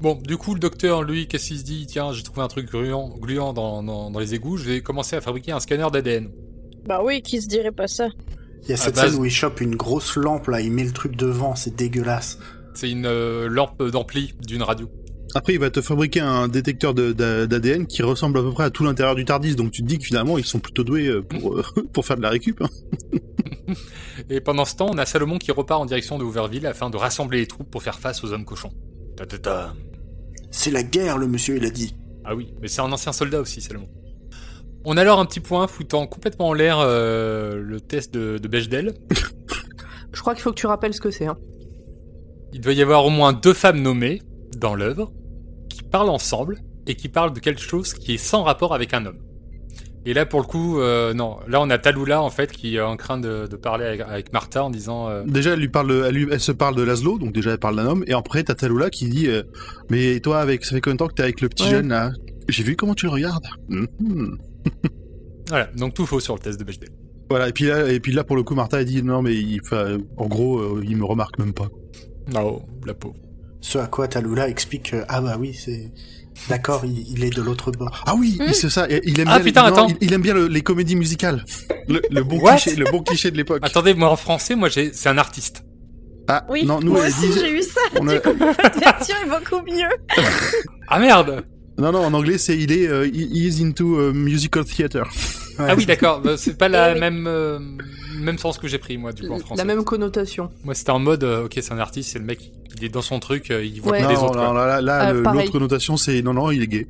S2: Bon, du coup, le docteur, lui, qu'est-ce qu'il se dit Tiens, j'ai trouvé un truc gluant, gluant dans, dans- dans les égouts, je vais commencer à fabriquer un scanner d'ADN.
S6: Bah oui, qui se dirait pas ça
S4: Il y a cette
S2: bah,
S4: scène où il chope une grosse lampe, là, il met le truc devant, c'est dégueulasse.
S2: C'est une euh, lampe d'ampli d'une radio.
S5: Après il va te fabriquer un détecteur d'ADN qui ressemble à peu près à tout l'intérieur du Tardis donc tu te dis que finalement ils sont plutôt doués euh, pour (laughs) euh, pour faire de la récup. hein.
S2: Et pendant ce temps, on a Salomon qui repart en direction de Hooverville afin de rassembler les troupes pour faire face aux hommes cochons. Ta ta ta.
S4: C'est la guerre, le monsieur, il a dit.
S2: Ah oui, mais c'est un ancien soldat aussi, Salomon. On a alors un petit point foutant complètement en l'air euh, le test de, de Bechdel.
S3: Je crois qu'il faut que tu rappelles ce que c'est. hein.
S2: Il doit y avoir au moins deux femmes nommées dans l'œuvre qui parlent ensemble et qui parlent de quelque chose qui est sans rapport avec un homme. Et là, pour le coup, euh, non. Là, on a Talula, en fait, qui est en train de, de parler avec, avec Martha en disant... euh,
S5: Déjà, elle lui parle, elle, lui- elle se parle de Laszlo, donc déjà elle parle d'un homme, et après t'as Talula qui dit euh, Mais toi, avec, ça fait combien de temps que t'es avec le petit
S3: Ouais.
S5: jeune là J'ai vu comment tu le regardes. Mhm.
S2: Voilà, donc tout faux sur le test de Bechdel.
S5: Voilà, et puis là, et puis là pour le coup, Martha elle dit Non, mais il, enfin, en gros, euh, il me remarque même pas.
S2: Non, la pauvre.
S4: Ce à quoi Talula explique que, ah bah oui, c'est. D'accord, il, il est de l'autre bord.
S5: Ah oui, c'est ça. et- Il aime
S2: Ah,
S5: bien,
S2: putain,
S5: les, non,
S2: attends.
S5: Il, il aime bien le- les comédies musicales. Le, le bon
S2: What
S5: cliché, le bon cliché de l'époque.
S2: Attendez, moi, en français, moi, j'ai- c'est un artiste.
S5: Ah,
S6: Oui,
S5: non, nous,
S6: moi
S5: elle
S6: aussi
S5: dit-
S6: j'ai eu
S5: (laughs)
S6: ça.
S5: on a-
S6: Votre version est beaucoup mieux.
S2: Ah merde
S5: non, non, en anglais, c'est il est, euh, he is into euh, musical theater.
S2: Ah oui, d'accord,
S3: (laughs)
S2: bah, c'est pas la
S6: Oui.
S2: même, euh, même sens que j'ai pris, moi, du coup, en français.
S3: La même connotation.
S2: Moi, c'était en mode, euh, ok, c'est un artiste, c'est le mec, il est dans son truc, euh, il voit
S3: Ouais.
S2: pas
S5: non,
S2: les autres.
S5: non,
S2: quoi.
S5: là, là, là,
S3: Euh,
S5: le-
S3: pareil.
S5: l'autre notation, c'est non, non, il est gay.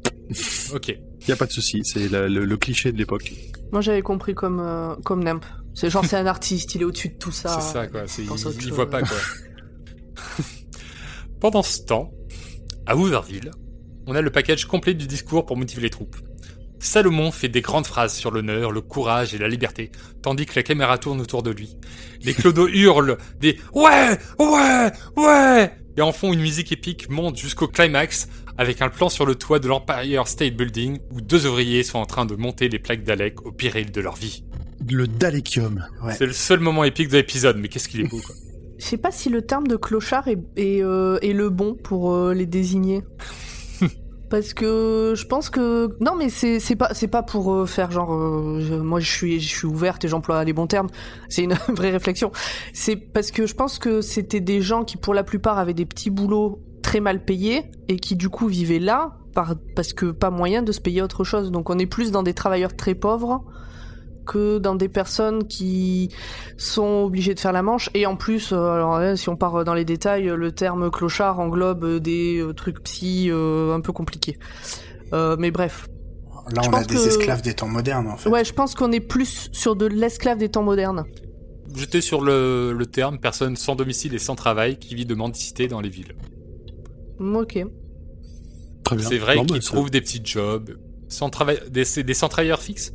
S2: Ok.
S5: Y a pas de souci, c'est la- le- le cliché de l'époque.
S3: Moi j'avais compris comme, euh, comme Nimp. C'est genre c'est un artiste, il est au-dessus de tout ça.
S2: C'est ça, quoi. C'est, il,
S3: pense euh, à autre
S2: il
S3: chose.
S2: voit pas, quoi. (laughs) Pendant ce temps, à Hooverville, on a le package complet du discours pour motiver les troupes. Salomon fait des grandes phrases sur l'honneur, le courage et la liberté, tandis que la caméra tourne autour de lui. Les
S3: (laughs)
S2: clodos hurlent des Ouais Ouais Ouais et en fond une musique épique monte jusqu'au climax avec un plan sur le toit de l'Empire State Building où deux ouvriers sont en train de monter les plaques d'Alec au péril de leur vie.
S5: Le Dalekium.
S4: Ouais.
S2: C'est le seul moment épique de l'épisode, mais qu'est-ce qu'il est beau quoi.
S3: Je sais pas si le terme de clochard est, est, euh, est le bon pour euh, les désigner. Parce que je pense que non mais c'est c'est pas c'est pas pour euh, faire genre euh, je- moi je suis je suis ouverte et j'emploie les bons termes c'est une (laughs) vraie réflexion c'est parce que je pense que c'était des gens qui pour la plupart avaient des petits boulots très mal payés et qui du coup vivaient là par, parce que pas moyen de se payer autre chose donc on est plus dans des travailleurs très pauvres que dans des personnes qui sont obligés de faire la manche. Et en plus, euh, alors là, si on part dans les détails, le terme clochard englobe euh, des euh, trucs psy euh, un peu compliqués. Euh, mais bref.
S4: Là,
S3: Je
S4: on a
S3: pense
S4: des
S3: que-
S4: esclaves des temps modernes, en fait.
S3: Ouais, je pense qu'on est plus sur de l'esclave des temps modernes.
S2: J'étais sur le, le terme personne sans domicile et sans travail qui vit de mendicité dans les villes.
S3: Mm, Ok.
S5: Très bien.
S2: C'est vrai
S5: Non, mais
S2: qu'ils
S5: ça-
S2: trouvent des petits jobs, sans travail, des, c'est des sans travailleurs fixes.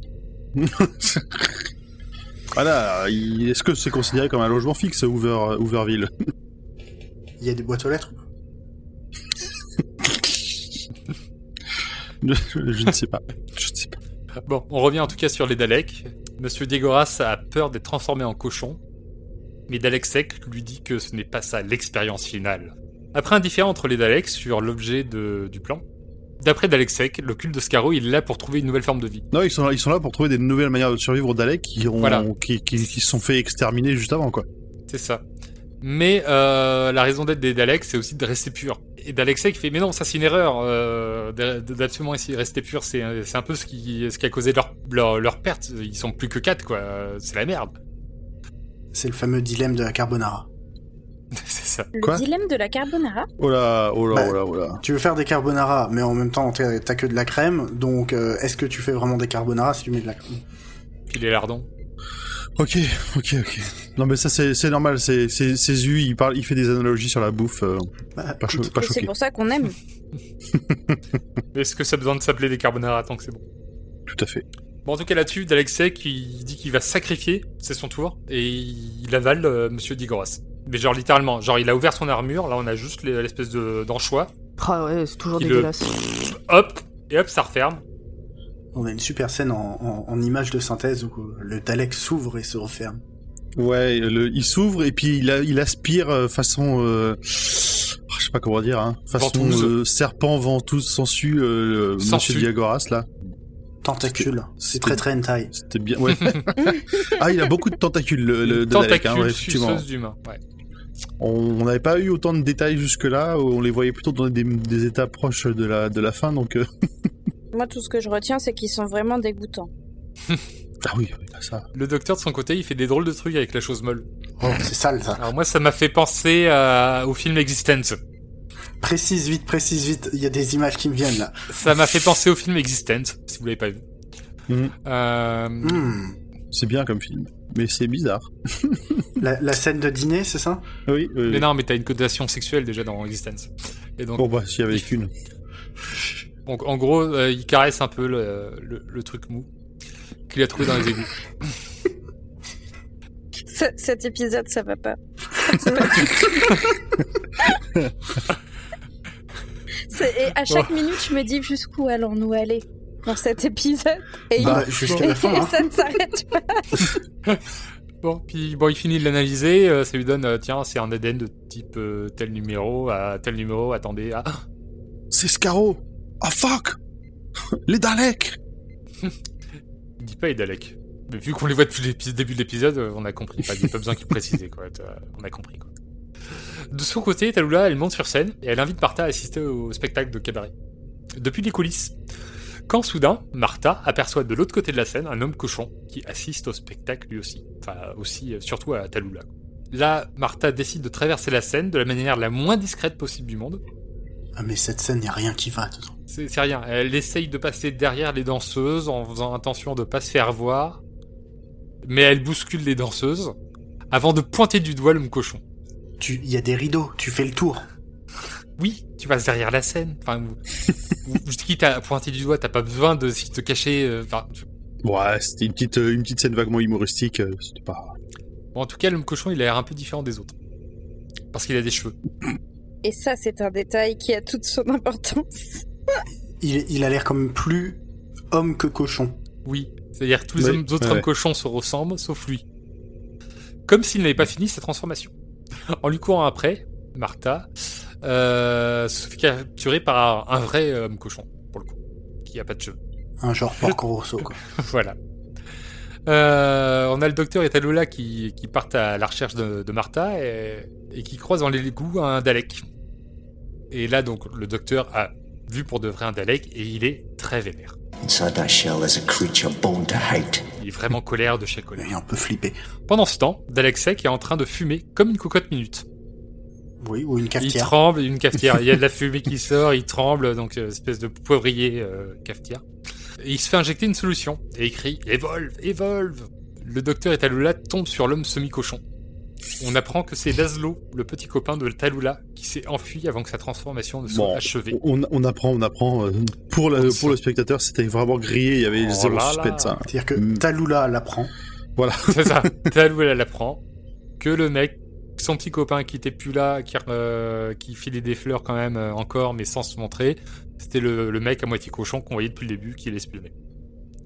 S5: Voilà, il- est-ce que c'est considéré comme un logement fixe, Hoover, Hooverville (laughs)
S4: Il y a des boîtes aux lettres. ou pas
S5: Je ne sais pas. Je ne sais pas.
S2: Bon, on revient en tout cas sur les Daleks. Monsieur Diegoras a peur d'être transformé en cochon, mais Dalek Sec lui dit que ce n'est pas ça l'expérience finale. Après un différend entre les Daleks sur l'objet de- du plan, d'après Dalek Sec, le culte de Scaro il est là pour trouver une nouvelle forme de vie.
S5: Non, ils sont, là, ils sont là pour trouver des nouvelles manières de survivre aux Daleks qui, ont,
S2: Voilà.
S5: qui, qui, qui se sont fait exterminer juste avant, quoi.
S2: C'est ça. Mais euh, la raison d'être des Daleks, c'est aussi de rester pur. Et Dalek Sec fait, mais non, ça c'est une erreur. euh, d'a- D'absolument essayer de rester pur, c'est c'est un peu ce qui, ce qui a causé leur, leur, leur perte. Ils sont plus que 4, quoi. C'est la merde. (laughs)
S4: C'est le fameux dilemme de la carbonara.
S2: c'est ça.
S6: Le
S5: Quoi
S6: dilemme de la carbonara
S5: Oh là, oh là,
S4: Bah,
S5: oh là, oh là.
S4: Tu veux faire des carbonara, mais en même temps, t'as t'as que de la crème, donc euh, est-ce que tu fais vraiment des carbonara si tu mets de la crème
S2: Puis les lardons.
S5: Ok, ok, ok. Non, mais ça, c'est c'est normal. C'est c'est- c'est Zu, il, parle, il fait des analogies sur la bouffe. euh,
S4: Bah,
S5: pas cho- pas
S6: Mais C'est
S5: choqué.
S6: pour ça qu'on aime.
S2: Est-ce que ça a besoin de s'appeler des carbonara tant que c'est bon
S5: Tout à fait.
S2: Bon, en tout cas, là-dessus, Dalexei qui dit qu'il va sacrifier, c'est son tour, et il avale euh, Monsieur Digoras. Mais genre, littéralement, genre, il a ouvert son armure, là, on a juste les- l'espèce de- d'anchois,
S3: Ah ouais, c'est toujours
S2: Il le-
S3: dégueulasse.
S2: hop, et hop, ça referme.
S4: On a une super scène en, en, en image de synthèse où euh, le Dalek s'ouvre et se referme.
S5: Ouais, le- il s'ouvre et puis il, a- il aspire euh, façon. euh, je sais pas comment dire, hein. Façon
S2: Ventouse.
S5: euh, serpent, ventouse, sensu, euh, le-
S2: Sensu.
S5: Monsieur Diagoras, là.
S4: Tentacule. C'est très
S5: c'était-
S4: très hentai.
S5: C'était bien, ouais. ah, il a beaucoup de tentacules, le, le
S2: Une
S5: de Dalek,
S2: tentacule
S5: hein, ouais, effectivement.
S2: suceuse d'humain. Ouais.
S5: On on n'avait pas eu autant de détails jusque-là, on les voyait plutôt dans des, des états proches de la, de la fin, donc... euh, (laughs)
S6: Moi, tout ce que je retiens, c'est qu'ils sont vraiment dégoûtants.
S5: Ah oui, oui, ça...
S2: Le docteur, de son côté, il fait des drôles de trucs avec la chose molle.
S4: Oh, c'est sale ça.
S2: Alors moi, ça m'a fait penser à- au film Existence.
S4: Précise vite, précise vite. Il y a des images qui me viennent là.
S2: Ça m'a fait penser au film Existence, si vous l'avez pas vu.
S5: Mhm.
S2: Euh,
S4: Hmm.
S5: C'est bien comme film, mais c'est bizarre.
S4: La, la scène de dîner, c'est ça
S5: Oui, euh,
S2: Mais non, mais t'as une cotation sexuelle déjà dans Existence. Et donc,
S5: Bon bah, s'il y avait qu'une.
S2: Donc en gros, euh, il caresse un peu le, le- le truc mou qu'il a trouvé dans les égouts.
S6: Ce- cet épisode, ça va
S5: (laughs)
S6: pas. C'est- et à
S5: Oh.
S6: chaque minute, je me dis jusqu'où allons-nous aller dans cet épisode Et,
S4: Bah,
S6: il-
S4: jusqu'à
S6: (laughs)
S4: la fin.
S6: et
S4: hein.
S6: ça ne s'arrête pas.
S2: Bon, puis bon, il finit de l'analyser, euh, ça lui donne, euh, tiens, c'est un ADN de type euh, tel numéro à tel numéro, attendez, ah,
S5: C'est Scarrow Ah fuck Les Daleks
S2: il dit pas les Daleks. Mais vu qu'on les voit depuis le dépi- début de l'épisode, euh, on a compris, pas, il y a pas besoin qu'il précise, quoi, t'as- on a compris, quoi. De son côté, Talula, elle monte sur scène et elle invite Martha à assister au spectacle de cabaret. Depuis les coulisses. Quand soudain, Martha aperçoit de l'autre côté de la scène un homme cochon qui assiste au spectacle lui aussi. Enfin, aussi, euh, surtout à Talula. Là, Martha décide de traverser la scène de la manière la moins discrète possible du monde.
S4: Ah, mais cette scène, il n'y a rien qui va dedans.
S2: C'est c'est rien. Elle essaye de passer derrière les danseuses en faisant attention de pas se faire voir. Mais elle bouscule les danseuses avant de pointer du doigt le cochon.
S4: Tu- Il y a des rideaux, tu fais le tour.
S2: oui, tu passes derrière la scène. Enfin, ou- ou- quitte à pointer du doigt, t'as pas besoin de si te cacher. euh, Enfin, tu-
S5: Ouais, c'était une petite, euh, une petite scène vaguement humoristique. euh, C'était pas.
S2: bon, en tout cas, l'homme cochon, il a l'air un peu différent des autres. Parce qu'il a des cheveux.
S6: Et ça, c'est un détail qui a toute son importance.
S4: Il, il a l'air comme plus homme que cochon.
S2: Oui. C'est-à-dire que tous les
S5: Oui,
S2: hommes- autres
S5: ouais,
S2: hommes
S5: ouais.
S2: cochons se ressemblent, sauf lui. Comme s'il n'avait pas fini sa transformation. En lui courant après, Martha euh, se fait capturer par un vrai homme cochon, pour le coup, qui a pas de cheveux. (laughs)
S4: Un genre porco rosso, quoi.
S2: voilà. Euh, on a le docteur et Talola qui, qui partent à la recherche de, de Martha et, et qui croisent dans les goûts un Dalek. Et là, donc, le docteur a vu pour de vrai un Dalek et il est très vénère.
S8: Inside that shell is a creature born to hate.
S2: Il est vraiment colère de chez colère.
S4: Et un peu flippé.
S2: Pendant ce temps, Dalek Sec est en train de fumer comme une cocotte minute.
S4: Oui, ou une
S2: Il
S4: cafetière.
S2: tremble, une cafetière. il y a de la fumée qui sort, il tremble, donc euh, espèce de poivrier euh, cafetière. Et il se fait injecter une solution et il crie Evolve, Evolve Le docteur et Talula tombent sur l'homme semi-cochon. On apprend que c'est Laszlo, le petit copain de Talula, qui s'est enfui avant que sa transformation ne soit
S5: Bon.
S2: achevée.
S5: On, on apprend, on apprend. euh, Pour, la- pour le spectateur, c'était vraiment grillé. Il y avait
S2: Oh
S5: zéro
S2: là
S5: suspense.
S2: là.
S5: hein.
S4: C'est-à-dire que
S5: Mm.
S4: Talula l'apprend.
S2: C'est ça. Talula l'apprend que le mec, son petit copain qui était plus là, qui, euh, qui filait des fleurs quand même euh, encore, mais sans se montrer, c'était le, le mec à moitié cochon qu'on voyait depuis le début qui l'espionnait.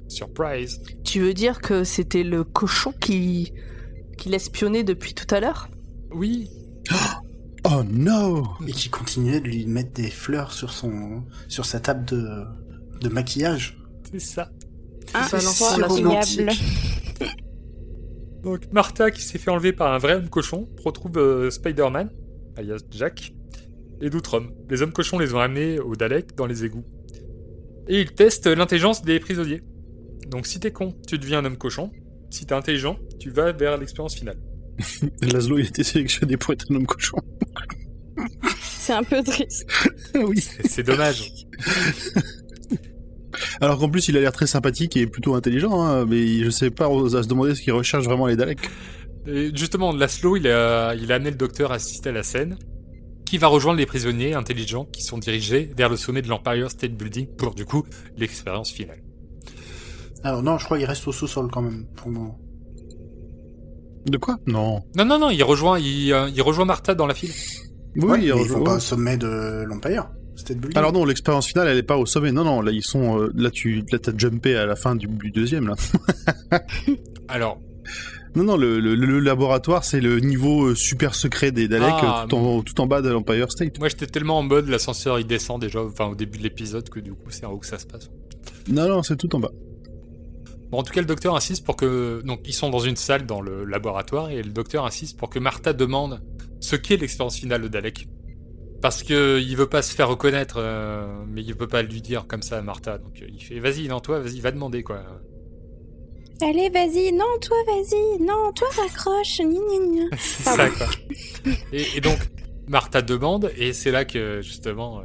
S2: Surprise.
S3: Tu veux dire que c'était le cochon qui, qui l'espionnait depuis tout à l'heure
S2: Oui,
S5: Oh no
S4: Et qui continuait de lui mettre des fleurs sur son sur sa table de, de maquillage.
S2: c'est ça.
S6: Hein?
S4: C'est
S3: l'enfant,
S4: si
S3: la
S4: romantique.
S6: souriable.
S2: Donc Martha, qui s'est fait enlever par un vrai homme cochon, retrouve euh, Spider-Man, alias Jack, et d'autres hommes. Les hommes cochons les ont amenés au Dalek dans les égouts. Et ils testent l'intelligence des prisonniers. Donc si t'es con, tu deviens un homme cochon. Si t'es intelligent, tu vas vers l'expérience finale.
S5: Laszlo, il a été sélectionné pour être un
S4: (laughs)
S5: homme cochon.
S6: C'est un peu triste.
S5: oui.
S2: C'est dommage.
S5: Alors qu'en plus, il a l'air très sympathique et plutôt intelligent, hein, mais je sais pas à se demander ce qu'il recherche vraiment les Daleks.
S2: (laughs) Et justement, Laszlo, il a, il a amené le docteur à assister à la scène, qui va rejoindre les prisonniers intelligents qui sont dirigés vers le sommet de l'Empire State Building pour du coup l'expérience finale.
S4: Alors non, je crois qu'il reste au sous-sol quand même pour le moment.
S5: De quoi Non.
S2: Non, non, non, il rejoint, il, euh, il rejoint Martha dans la file.
S5: Oui,
S4: Ouais, mais
S5: il
S4: ils
S5: rejoint-
S4: font pas au sommet de l'Empire. C'était de
S5: Alors non, l'expérience finale, elle est pas au sommet. Non, non, là ils sont, euh, là tu, là t'as jumpé à la fin du, du deuxième là.
S2: Alors,
S5: Non, non, le, le- le laboratoire, c'est le niveau euh, super secret des Daleks,
S2: Ah,
S5: euh, tout, en, tout en bas de l'Empire State.
S2: moi j'étais tellement en mode l'ascenseur il descend déjà, enfin au début de l'épisode que du coup c'est en haut que ça se passe.
S5: Non, non, c'est tout en bas.
S2: Bon, en tout cas, le docteur insiste pour que. Donc, ils sont dans une salle dans le laboratoire et le docteur insiste pour que Martha demande ce qu'est l'expérience finale de Dalek. Parce que il veut pas se faire reconnaître, euh, mais il peut pas lui dire comme ça à Martha. Donc, euh, il fait vas-y, non, toi, vas-y, va demander quoi.
S6: Allez, vas-y, non, toi, vas-y, non, toi, raccroche, ni ni ni.
S2: C'est ça, quoi. Et, et donc, Martha demande, et c'est là que, justement, euh,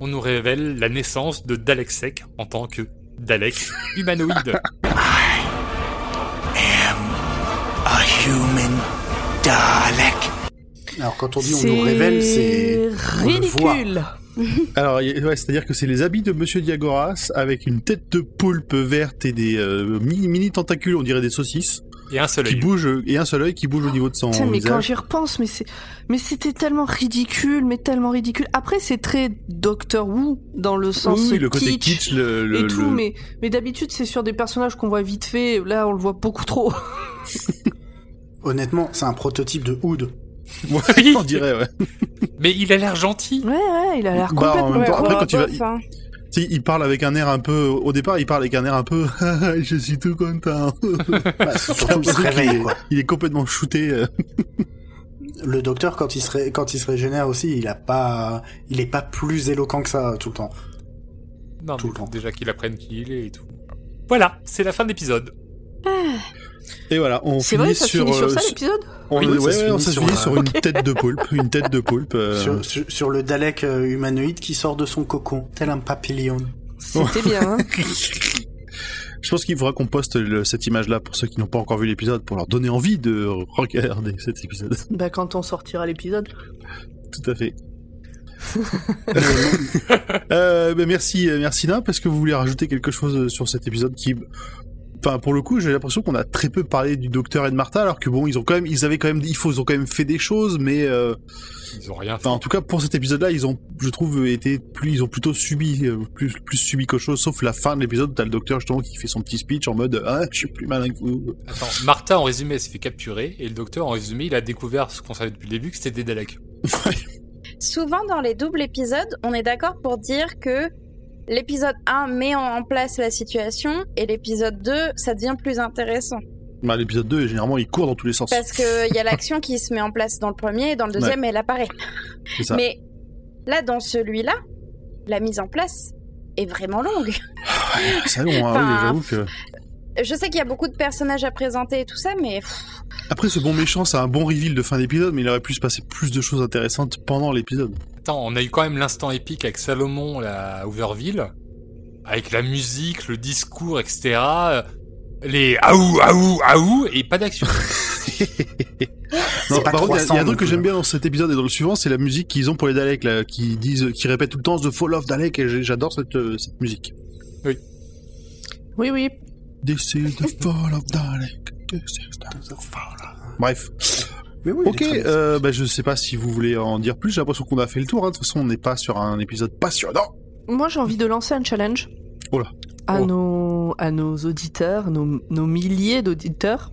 S2: on nous révèle la naissance de Dalek Sec en tant que Dalek humanoïde.
S8: A human Dalek.
S4: Alors quand on dit on nous révèle, c'est on le voit.
S3: ridicule.
S5: Alors, y- ouais, c'est-à-dire que c'est les habits de Monsieur Diagoras avec une tête de poulpe verte et des euh, mini, mini tentacules, on dirait des saucisses,
S2: Et un seul
S5: qui
S2: œil.
S5: bougent euh, et un seul œil qui bouge au niveau de son
S3: Putain, mais quand
S5: visage.
S3: j'y repense, mais c'est, mais c'était tellement ridicule, mais tellement ridicule. Après, c'est très Doctor Who dans le sens
S5: Oui, le côté
S3: kitsch
S5: kitsch, le, le-
S3: et tout,
S5: le- (laughs)
S3: mais, mais d'habitude, c'est sur des personnages qu'on voit vite fait. Là, on le voit beaucoup trop.
S4: Honnêtement, c'est un prototype de Hood.
S2: (laughs) Oui,
S5: on dirait, ouais.
S2: mais il a l'air gentil.
S3: Ouais, ouais, il a l'air
S5: Bah, en
S3: complètement.
S5: même temps, après,
S6: Ouais,
S5: quand tu vas-
S6: bof, hein.
S5: Si, il parle avec un air un peu. Au départ, il parle avec un air un peu. (laughs) je suis tout content. (laughs)
S4: Bah, c'est surtout qu'il se réveille, quoi.
S5: il est complètement shooté. euh.
S4: Le docteur, quand il se, ré- quand il se régénère aussi, il a pas, il est pas plus éloquent que ça euh, tout le temps.
S2: Non,
S4: Tout
S2: mais
S4: le temps.
S2: déjà qu'il apprenne qui il est et tout. Voilà, c'est la fin de l'épisode.
S5: Et voilà, on
S3: C'est
S5: finit
S3: vrai, ça
S5: sur.
S3: finit sur
S5: euh,
S3: ça
S5: sur-
S3: l'épisode
S5: on-
S4: Oui,
S5: ouais,
S4: ça
S5: ouais,
S4: se finit
S5: on s'est
S4: sur
S5: fini
S4: un-
S5: sur une tête
S3: (laughs)
S5: de poulpe. Une tête de poulpe. euh,
S4: Sur, sur- sur le Dalek euh, humanoïde qui sort de son cocon, tel un papillon.
S3: C'était bien. (laughs) hein.
S5: Je pense qu'il faudra qu'on poste le- cette image-là pour ceux qui n'ont pas encore vu l'épisode, pour leur donner envie de regarder cet épisode. (laughs)
S3: bah, quand on sortira l'épisode. (laughs)
S5: Tout à fait. Euh, ben merci, euh, merci Nain, parce que vous voulez rajouter quelque chose euh, sur cet épisode qui, enfin pour le coup, j'ai l'impression qu'on a très peu parlé du Docteur et de Martha, alors que bon, ils ont quand même, ils avaient quand même, il faut, ils ont quand même fait des choses, mais euh,
S2: Ils ont rien fait.
S5: enfin, en tout cas pour cet épisode-là, ils ont, je trouve, été plus, ils ont plutôt subi, euh, plus, plus subi qu'autre chose, sauf la fin de l'épisode, où t'as le Docteur justement qui fait son petit speech en mode, ah, je suis plus malin que vous.
S2: Attends, Martha, en résumé, elle s'est fait capturer, et le docteur, en résumé, il a découvert ce qu'on savait depuis le début, que c'était des Daleks.
S6: Souvent dans les doubles épisodes, on est d'accord pour dire que l'épisode 1 met en en place la situation et l'épisode 2, ça devient plus intéressant.
S5: Bah, l'épisode 2, généralement, il court dans tous les sens.
S6: Parce qu'il y a l'action qui se met en place dans le premier et dans le deuxième, elle apparaît.
S5: C'est ça.
S6: Mais là, dans celui-là, la mise en place est vraiment longue.
S5: C'est long, hein, oui,
S6: Enfin,
S5: j'avoue que.
S6: Je sais qu'il y a beaucoup de personnages à présenter et tout ça, mais pff,
S5: Après, ce bon méchant, c'est un bon reveal de fin d'épisode, mais il aurait pu se passer plus de choses intéressantes pendant l'épisode.
S2: Attends, on a eu quand même l'instant épique avec Salomon là, à Hooverville, avec la musique, le discours, etc. euh, Les aou, aou, aou, et pas (laughs) d'action.
S5: Non,
S4: pas
S5: par contre, il y a- il y a
S4: 300
S5: un truc que
S4: non
S5: j'aime
S4: plus.
S5: bien dans cet épisode et dans le suivant, c'est la musique qu'ils ont pour les Daleks, là, qui disent, qui répètent tout le temps The Fall of Dalek, et j'ai- j'adore cette, euh, cette musique.
S3: Oui, oui.
S5: This is the Fall of Dalek. This is the- Bref.
S4: Mais oui, il est
S5: Ok,
S4: très bien.
S5: euh, bah, je sais pas si vous voulez en dire plus, j'ai l'impression qu'on a fait le tour, hein. de toute façon, on n'est pas sur un épisode passionnant.
S3: Moi, j'ai envie de lancer un challenge.
S5: Oh là.
S3: À,
S5: Oh.
S3: nos, à nos auditeurs, nos, nos milliers d'auditeurs.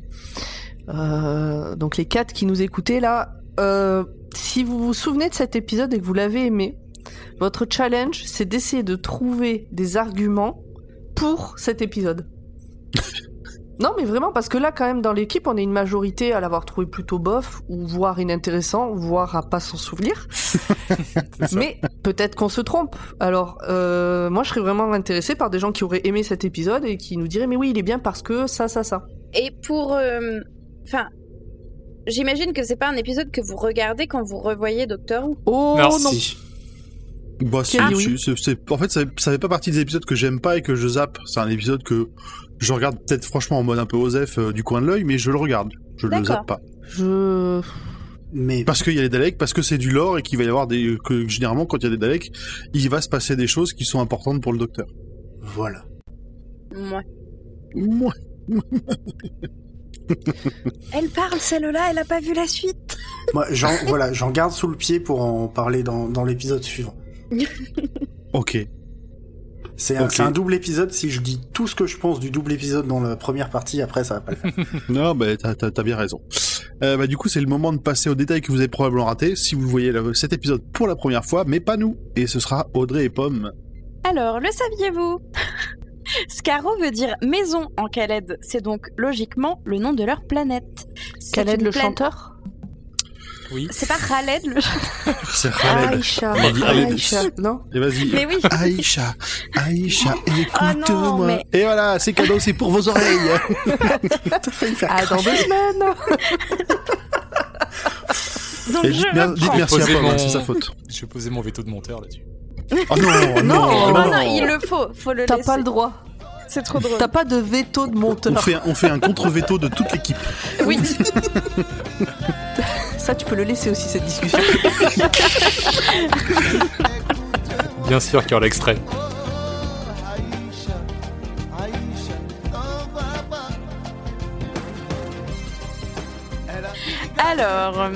S3: Euh, donc, les quatre qui nous écoutaient là. euh, si vous vous souvenez de cet épisode et que vous l'avez aimé, votre challenge, c'est d'essayer de trouver des arguments pour cet épisode. non, mais vraiment, parce que là, quand même, dans l'équipe, on est une majorité à l'avoir trouvé plutôt bof, ou voire inintéressant, voire à pas s'en souvenir. Mais peut-être qu'on se trompe. Alors, euh, moi, je serais vraiment intéressée par des gens qui auraient aimé cet épisode et qui nous diraient, mais oui, il est bien parce que ça, ça, ça.
S6: Et pour. euh, Enfin. J'imagine que c'est pas un épisode que vous regardez quand vous revoyez Doctor Who.
S3: Oh non.
S4: Merci.
S5: Bah, si,
S3: Quel-
S5: si, c'est- c'est- en fait, ça, ça fait pas partie des épisodes que j'aime pas et que je zappe. C'est un épisode que je regarde peut-être franchement en mode un peu osef euh, du coin de l'œil, mais je le regarde. Je le
S6: D'accord.
S5: zappe pas.
S3: Je...
S4: Mais
S5: Parce qu'il y a les Daleks, parce que c'est du lore et qu'il va y avoir des. euh, Que, généralement, quand il y a des Daleks, il va se passer des choses qui sont importantes pour le docteur.
S4: voilà.
S6: Moi.
S5: Mouais.
S6: Elle parle, celle-là, elle a pas vu la suite.
S4: Moi, j'en voilà, j'en garde sous le pied pour en parler dans, dans l'épisode suivant.
S5: Ok.
S4: C'est un,
S5: Ok.
S4: c'est un double épisode. Si je dis tout ce que je pense du double épisode dans la première partie, après, ça va pas le faire.
S5: Non, bah, t'as- t'as t'as bien raison. Euh, bah, du coup, c'est le moment de passer aux détails que vous avez probablement raté si vous voyez le- cet épisode pour la première fois, mais pas nous. Et ce sera Audrey et Pomme.
S6: Alors, le saviez-vous (laughs) Scaro veut dire maison en Khaled. C'est donc logiquement le nom de leur planète. C'est
S3: Khaled
S6: une
S3: le
S6: plan-
S3: chanteur
S2: Oui.
S6: C'est pas Khaled le chanteur.
S5: C'est Khaled.
S3: Aïcha.
S5: On dit Khaled.
S3: Aïcha. Non
S5: Et vas-y.
S6: Mais Ah
S3: (laughs)
S6: oui.
S5: Aïcha,
S6: (laughs)
S5: Aïcha, écoute-moi.
S6: non, mais-
S5: Et voilà, c'est cadeau, c'est pour vos oreilles.
S4: T'as failli faire
S3: Ah, dans deux semaines
S6: Donc
S5: Et
S6: (laughs) je
S5: dites, mer- dites
S6: reprends.
S5: merci à
S2: Posez
S5: Pomme,
S2: mon-
S5: c'est sa faute.
S2: Je vais poser mon veto de monteur là-dessus.
S5: Oh non, non,
S3: Non,
S6: Oh
S5: non.
S6: non, il le faut, faut le
S3: T'as
S6: laisser.
S3: pas le droit.
S6: C'est trop drôle.
S3: T'as pas de veto de
S5: On
S3: monteur.
S5: fait un, on fait un contre-veto de toute l'équipe.
S3: Oui. (laughs) ça, tu peux le laisser aussi, cette discussion.
S2: Bien sûr qu'il y aura l'extrait.
S6: Alors, euh,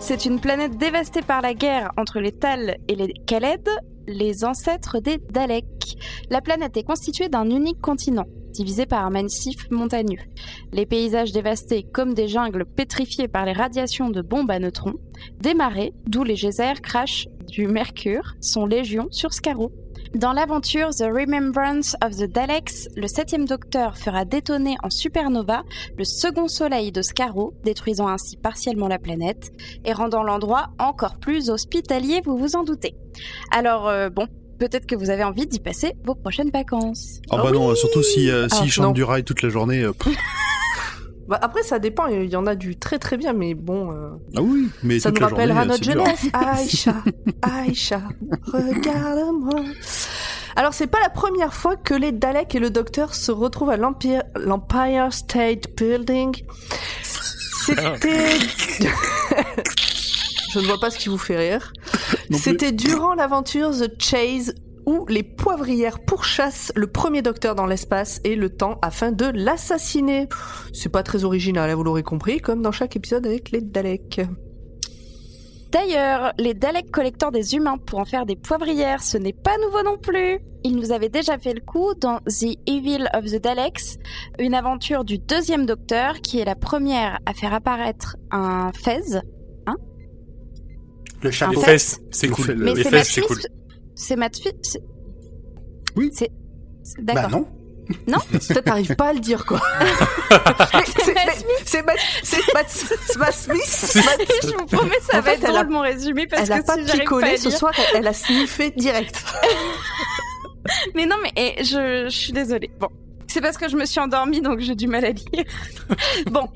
S6: c'est une planète dévastée par la guerre entre les Tal et les Khaled, les ancêtres des Daleks. La planète est constituée d'un unique continent, divisé par un massif montagneux. Les paysages dévastés comme des jungles pétrifiées par les radiations de bombes à neutrons, des marées, d'où les geysers crachent du mercure, sont légion sur Scarrow. Dans l'aventure The Remembrance of the Daleks, le septième docteur fera détonner en supernova le second soleil de Scarrow, détruisant ainsi partiellement la planète et rendant l'endroit encore plus hospitalier, vous vous en doutez. Alors, euh, bon, peut-être que vous avez envie d'y passer vos prochaines vacances.
S5: Ah bah non, surtout si, euh,
S3: Ah,
S5: s'il chante
S3: non.
S5: du rail toute la journée. euh, pff.
S3: Bah, après, ça dépend. Il y en a du très très bien, mais bon. euh,
S5: Ah oui, mais
S3: Ça
S5: toute
S3: nous
S5: la journée,
S3: rappellera
S5: euh,
S3: notre
S5: c'est dur.
S3: jeunesse. Aïcha, Aïcha, regarde-moi. Alors, c'est pas la première fois que les Daleks et le Docteur se retrouvent à l'Empire- l'Empire State Building. C'était. Je ne vois pas ce qui vous fait rire.
S5: non plus.
S3: C'était durant l'aventure The Chase où les poivrières pourchassent le premier docteur dans l'espace et le temps afin de l'assassiner. C'est pas très original, hein, vous l'aurez compris, comme dans chaque épisode avec les Daleks.
S6: D'ailleurs, les Daleks collectant des humains pour en faire des poivrières, ce n'est pas nouveau non plus. Ils nous avaient déjà fait le coup dans The Evil of the Daleks, une aventure du deuxième docteur qui est la première à faire apparaître un fez.
S4: Le
S2: Les
S4: chapeau.
S6: fait-
S2: fesses, c'est
S5: Vous
S2: cool.
S5: faites le-
S6: Mais
S2: Les
S6: c'est
S2: fesses, c'est
S6: Matsuit.
S2: cool.
S6: C'est Matsuit. c'est-
S5: Oui.
S6: C'est. c'est-
S4: Bah
S6: D'accord.
S4: non.
S3: Toi, t'arrives pas à le dire,
S6: (laughs)
S3: quoi. Mais c'est-
S6: Matt
S3: mais- C'est Matt c'est Matt- c'est Matt Smith.
S6: (laughs) Je vous promets, ça
S3: Bah, En
S6: va
S3: fait,
S6: être
S3: elle
S6: drôle
S3: a-
S6: mon résumé parce
S3: Elle a
S6: que
S3: pas
S6: si j'arrive pas à
S3: picolé ce
S6: lire-
S3: soir, elle- elle a sniffé direct.
S6: Mais non, mais eh, je, je suis désolée. Bon, c'est parce que je me suis endormie, donc j'ai du mal à lire. bon,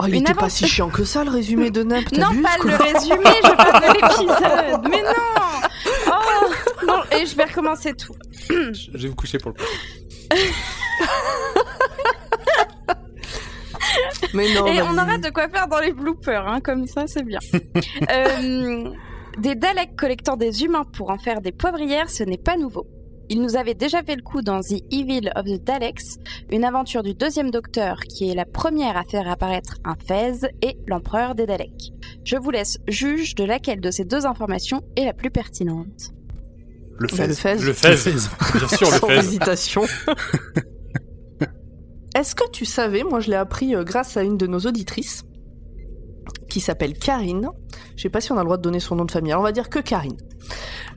S3: Oh, il
S6: Une
S3: était pas
S6: avance-
S3: si chiant que ça, le résumé de Nimp.
S6: non
S3: t'abuses,
S6: pas
S3: quoi.
S6: le résumé, je parle de l'épisode. Mais non Oh Bon, et je vais recommencer tout.
S2: Je je vais vous coucher pour le
S3: Mais non,
S6: Et on
S3: vas-y.
S6: aura de quoi faire dans les bloopers, hein, comme ça, c'est
S3: (laughs)
S6: bien. Euh, des Daleks collectant des humains pour en faire des poivrières, ce n'est pas nouveau. Ils nous avaient déjà fait le coup dans The Evil of the Daleks, une aventure du deuxième docteur qui est la première à faire apparaître un Fez et l'empereur des Daleks. Je vous laisse juge de laquelle de ces deux informations est la plus pertinente.
S5: Le
S3: Bah, le
S5: fez.
S3: fez.
S2: Le fez, bien sûr, le
S3: Sans
S2: fez.
S3: hésitation. (laughs) Est-ce que tu savais, moi je l'ai appris euh, grâce à une de nos auditrices, qui s'appelle Karine, je sais pas si on a le droit de donner son nom de famille, alors on va dire que Karine,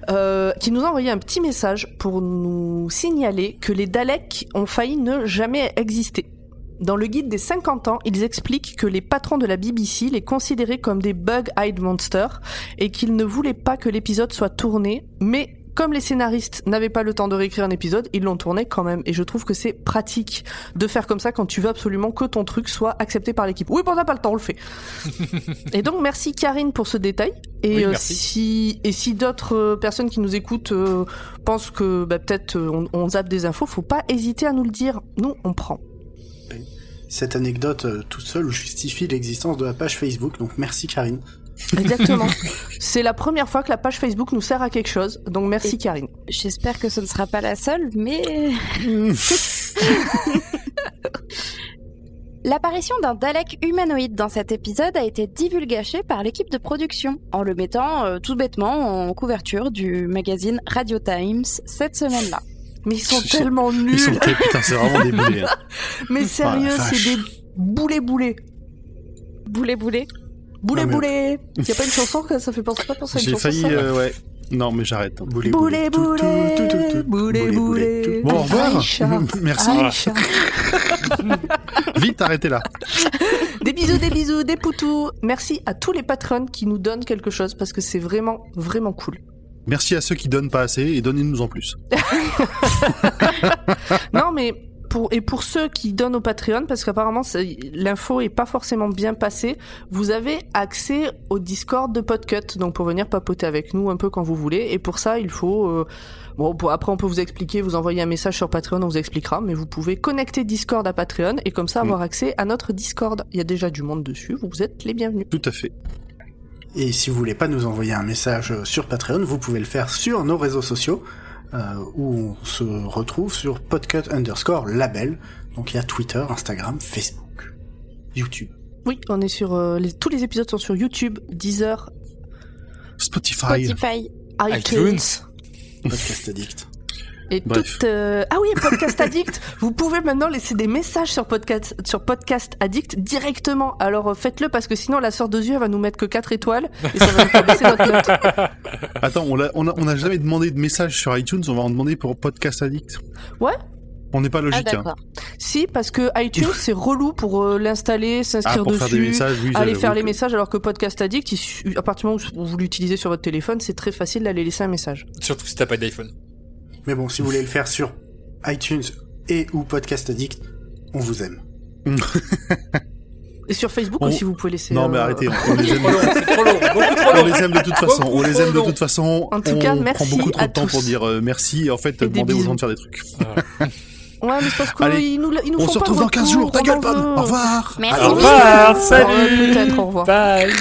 S3: Euh, qui nous a envoyé un petit message pour nous signaler que les Daleks ont failli ne jamais exister. Dans le guide des 50 ans, ils expliquent que les patrons de la BBC les considéraient comme des bug-eyed monsters et qu'ils ne voulaient pas que l'épisode soit tourné, mais comme les scénaristes n'avaient pas le temps de réécrire un épisode, ils l'ont tourné quand même. Et je trouve que c'est pratique de faire comme ça quand tu veux absolument que ton truc soit accepté par l'équipe. Oui, bon, on n'a pas le temps,
S2: (laughs)
S3: on le fait. et donc, merci Karine pour ce détail. Et,
S2: Oui,
S3: euh,
S2: merci.
S3: si, et si d'autres euh, personnes qui nous écoutent euh, pensent que bah, peut-être euh, on, on zappe des infos, faut pas hésiter à nous le dire. Nous, on prend.
S4: Cette anecdote euh, toute seule justifie l'existence de la page Facebook, donc merci Karine.
S3: (laughs) Exactement. c'est la première fois que la page Facebook nous sert à quelque chose. Donc, merci Karine.
S6: J'espère que ce ne sera pas la seule, (laughs) mais... L'apparition d'un Dalek humanoïde dans cet épisode a été divulgachée par l'équipe de production, en le mettant euh, tout bêtement en couverture du magazine Radio Times cette semaine-là.
S3: Mais ils sont
S5: Ils sont-
S3: tellement nuls.
S5: Ils sont très- putain, c'est vraiment
S3: (laughs)
S5: des boulets. hein.
S3: Mais sérieux,
S5: vache.
S3: c'est des boulets boulets.
S6: Boulet boulet.
S3: Boulet
S5: Non, mais-
S3: boulets. Y a pas une chanson que ça fait penser pas penser à une
S5: J'ai
S3: chanson.
S5: failli,
S3: ça
S5: euh, ouais. Non, mais
S3: Ah,
S5: j'arrête.
S4: Boulet,
S3: Boulet
S4: tout,
S3: boulets,
S4: tout, tout, tout, tout.
S3: boulets boulets.
S5: Bon, au revoir. (laughs)
S3: Aïcha,
S5: Merci.
S3: Aïcha.
S5: Vite, arrêtez là.
S3: Des bisous, des bisous, des poutous. Merci à tous les patrons qui nous donnent quelque chose parce que c'est vraiment, vraiment cool.
S5: Merci à ceux qui donnent pas assez et donnez-nous en plus.
S3: Non, mais pour, et pour ceux qui donnent au Patreon, parce qu'apparemment c'est- l'info est pas forcément bien passée, vous avez accès au Discord de Podcut, donc pour venir papoter avec nous un peu quand vous voulez. Et pour ça, il faut. euh, bon, pour- après, on peut vous expliquer, vous envoyer un message sur Patreon, on vous expliquera, mais vous pouvez connecter Discord à Patreon et comme ça avoir accès à notre Discord. Il y a déjà du monde dessus, vous êtes les bienvenus.
S5: Tout à fait.
S4: Et si vous voulez pas nous envoyer un message euh, sur Patreon, vous pouvez le faire sur nos réseaux sociaux, euh, où on se retrouve sur podcut underscore label. Donc il y a Twitter, Instagram, Facebook, YouTube.
S3: Oui, on est sur. euh, les- tous les épisodes sont sur YouTube, Deezer,
S5: Spotify.
S6: Spotify. Ah,
S3: iTunes.
S2: iTunes.
S4: (laughs) Podcast Addict.
S3: Et
S5: Bref.
S3: toute, euh, Ah oui, Podcast Addict (laughs) Vous pouvez maintenant laisser des messages sur Podcast, sur podcast Addict directement. Alors euh, faites-le parce que sinon la sœur de yeux elle va nous mettre que 4 étoiles et ça va nous faire baisser notre
S5: (laughs)
S3: note.
S5: Attends, on l'a- on a- on n'a jamais demandé de message sur iTunes, on va en demander pour Podcast Addict.
S3: Ouais.
S5: On n'est pas
S6: Ah
S5: logique. hein.
S6: d'accord.
S3: Si, parce que iTunes c'est relou pour euh, l'installer,
S5: Ah,
S3: s'inscrire
S5: pour faire des
S3: dessus.
S5: messages, oui,
S3: Aller
S5: j'avoue
S3: faire les
S5: que-
S3: messages alors que Podcast Addict, il su- à partir du moment où vous l'utilisez sur votre téléphone, c'est très facile d'aller laisser un message.
S2: Surtout si t'as pas d'iPhone.
S4: Mais bon, si vous voulez le faire sur iTunes et ou Podcast Addict, on vous aime.
S3: Et sur Facebook
S5: On-
S3: aussi, vous pouvez laisser.
S5: Non, mais
S3: euh,
S5: arrêtez, on,
S3: (laughs)
S5: on les aime.
S2: C'est (laughs) trop long, beaucoup trop
S5: on
S2: long.
S5: les aime de toute façon. On les aime de toute façon.
S3: En tout cas,
S5: on
S3: merci
S5: prend beaucoup trop
S3: à
S5: de temps
S3: tous.
S5: pour dire euh, merci et en fait
S3: Et des
S5: demander aux
S3: bisous.
S5: gens de faire des trucs.
S3: Ouais, mais c'est parce
S5: Allez,
S3: qu'ils nous, la- ils nous
S5: on
S3: font
S5: se
S3: pas de
S5: retrouve dans 15 jours.
S3: retour,
S5: Ta
S3: on
S5: gueule,
S3: en
S5: Pomme.
S3: veut.
S5: Au revoir.
S9: Merci.
S2: Au revoir,
S3: Alors,
S2: salut.
S3: Peut-être, au revoir.
S2: Bye.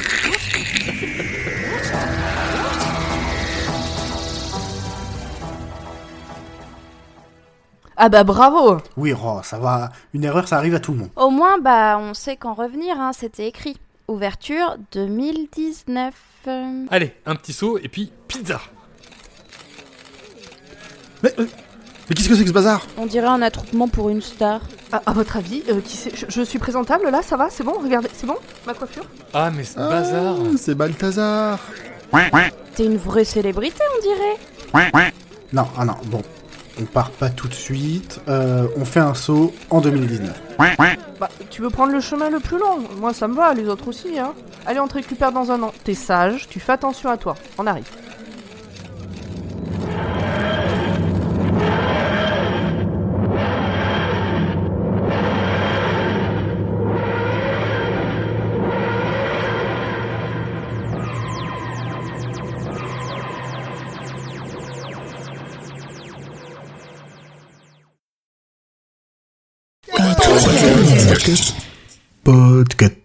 S3: Ah bah bravo
S4: Oui, oh, ça va. Une erreur, ça arrive à tout le monde.
S6: Au moins, bah, on sait qu'en revenir, hein, c'était écrit. Ouverture 2019. Euh,
S2: Allez, un petit saut et puis pizza.
S5: Mais, euh, mais qu'est-ce que c'est que ce bazar
S6: On dirait un attroupement pour une star.
S3: À, à votre avis, euh, qui c'est je, je suis présentable là, ça va C'est bon Regardez, c'est bon Ma coiffure
S2: Ah, mais ce bazar.
S5: Ah, C'est Balthazar
S6: T'es une vraie célébrité, on dirait.
S4: Non, ah non, bon. On part pas tout de suite. Euh, on fait un saut en 2019.
S3: Bah, tu veux prendre le chemin le plus long Moi, ça me va, les autres aussi, hein. Allez, on te récupère dans un an. T'es sage, tu fais attention à toi. On arrive.
S5: Podcast.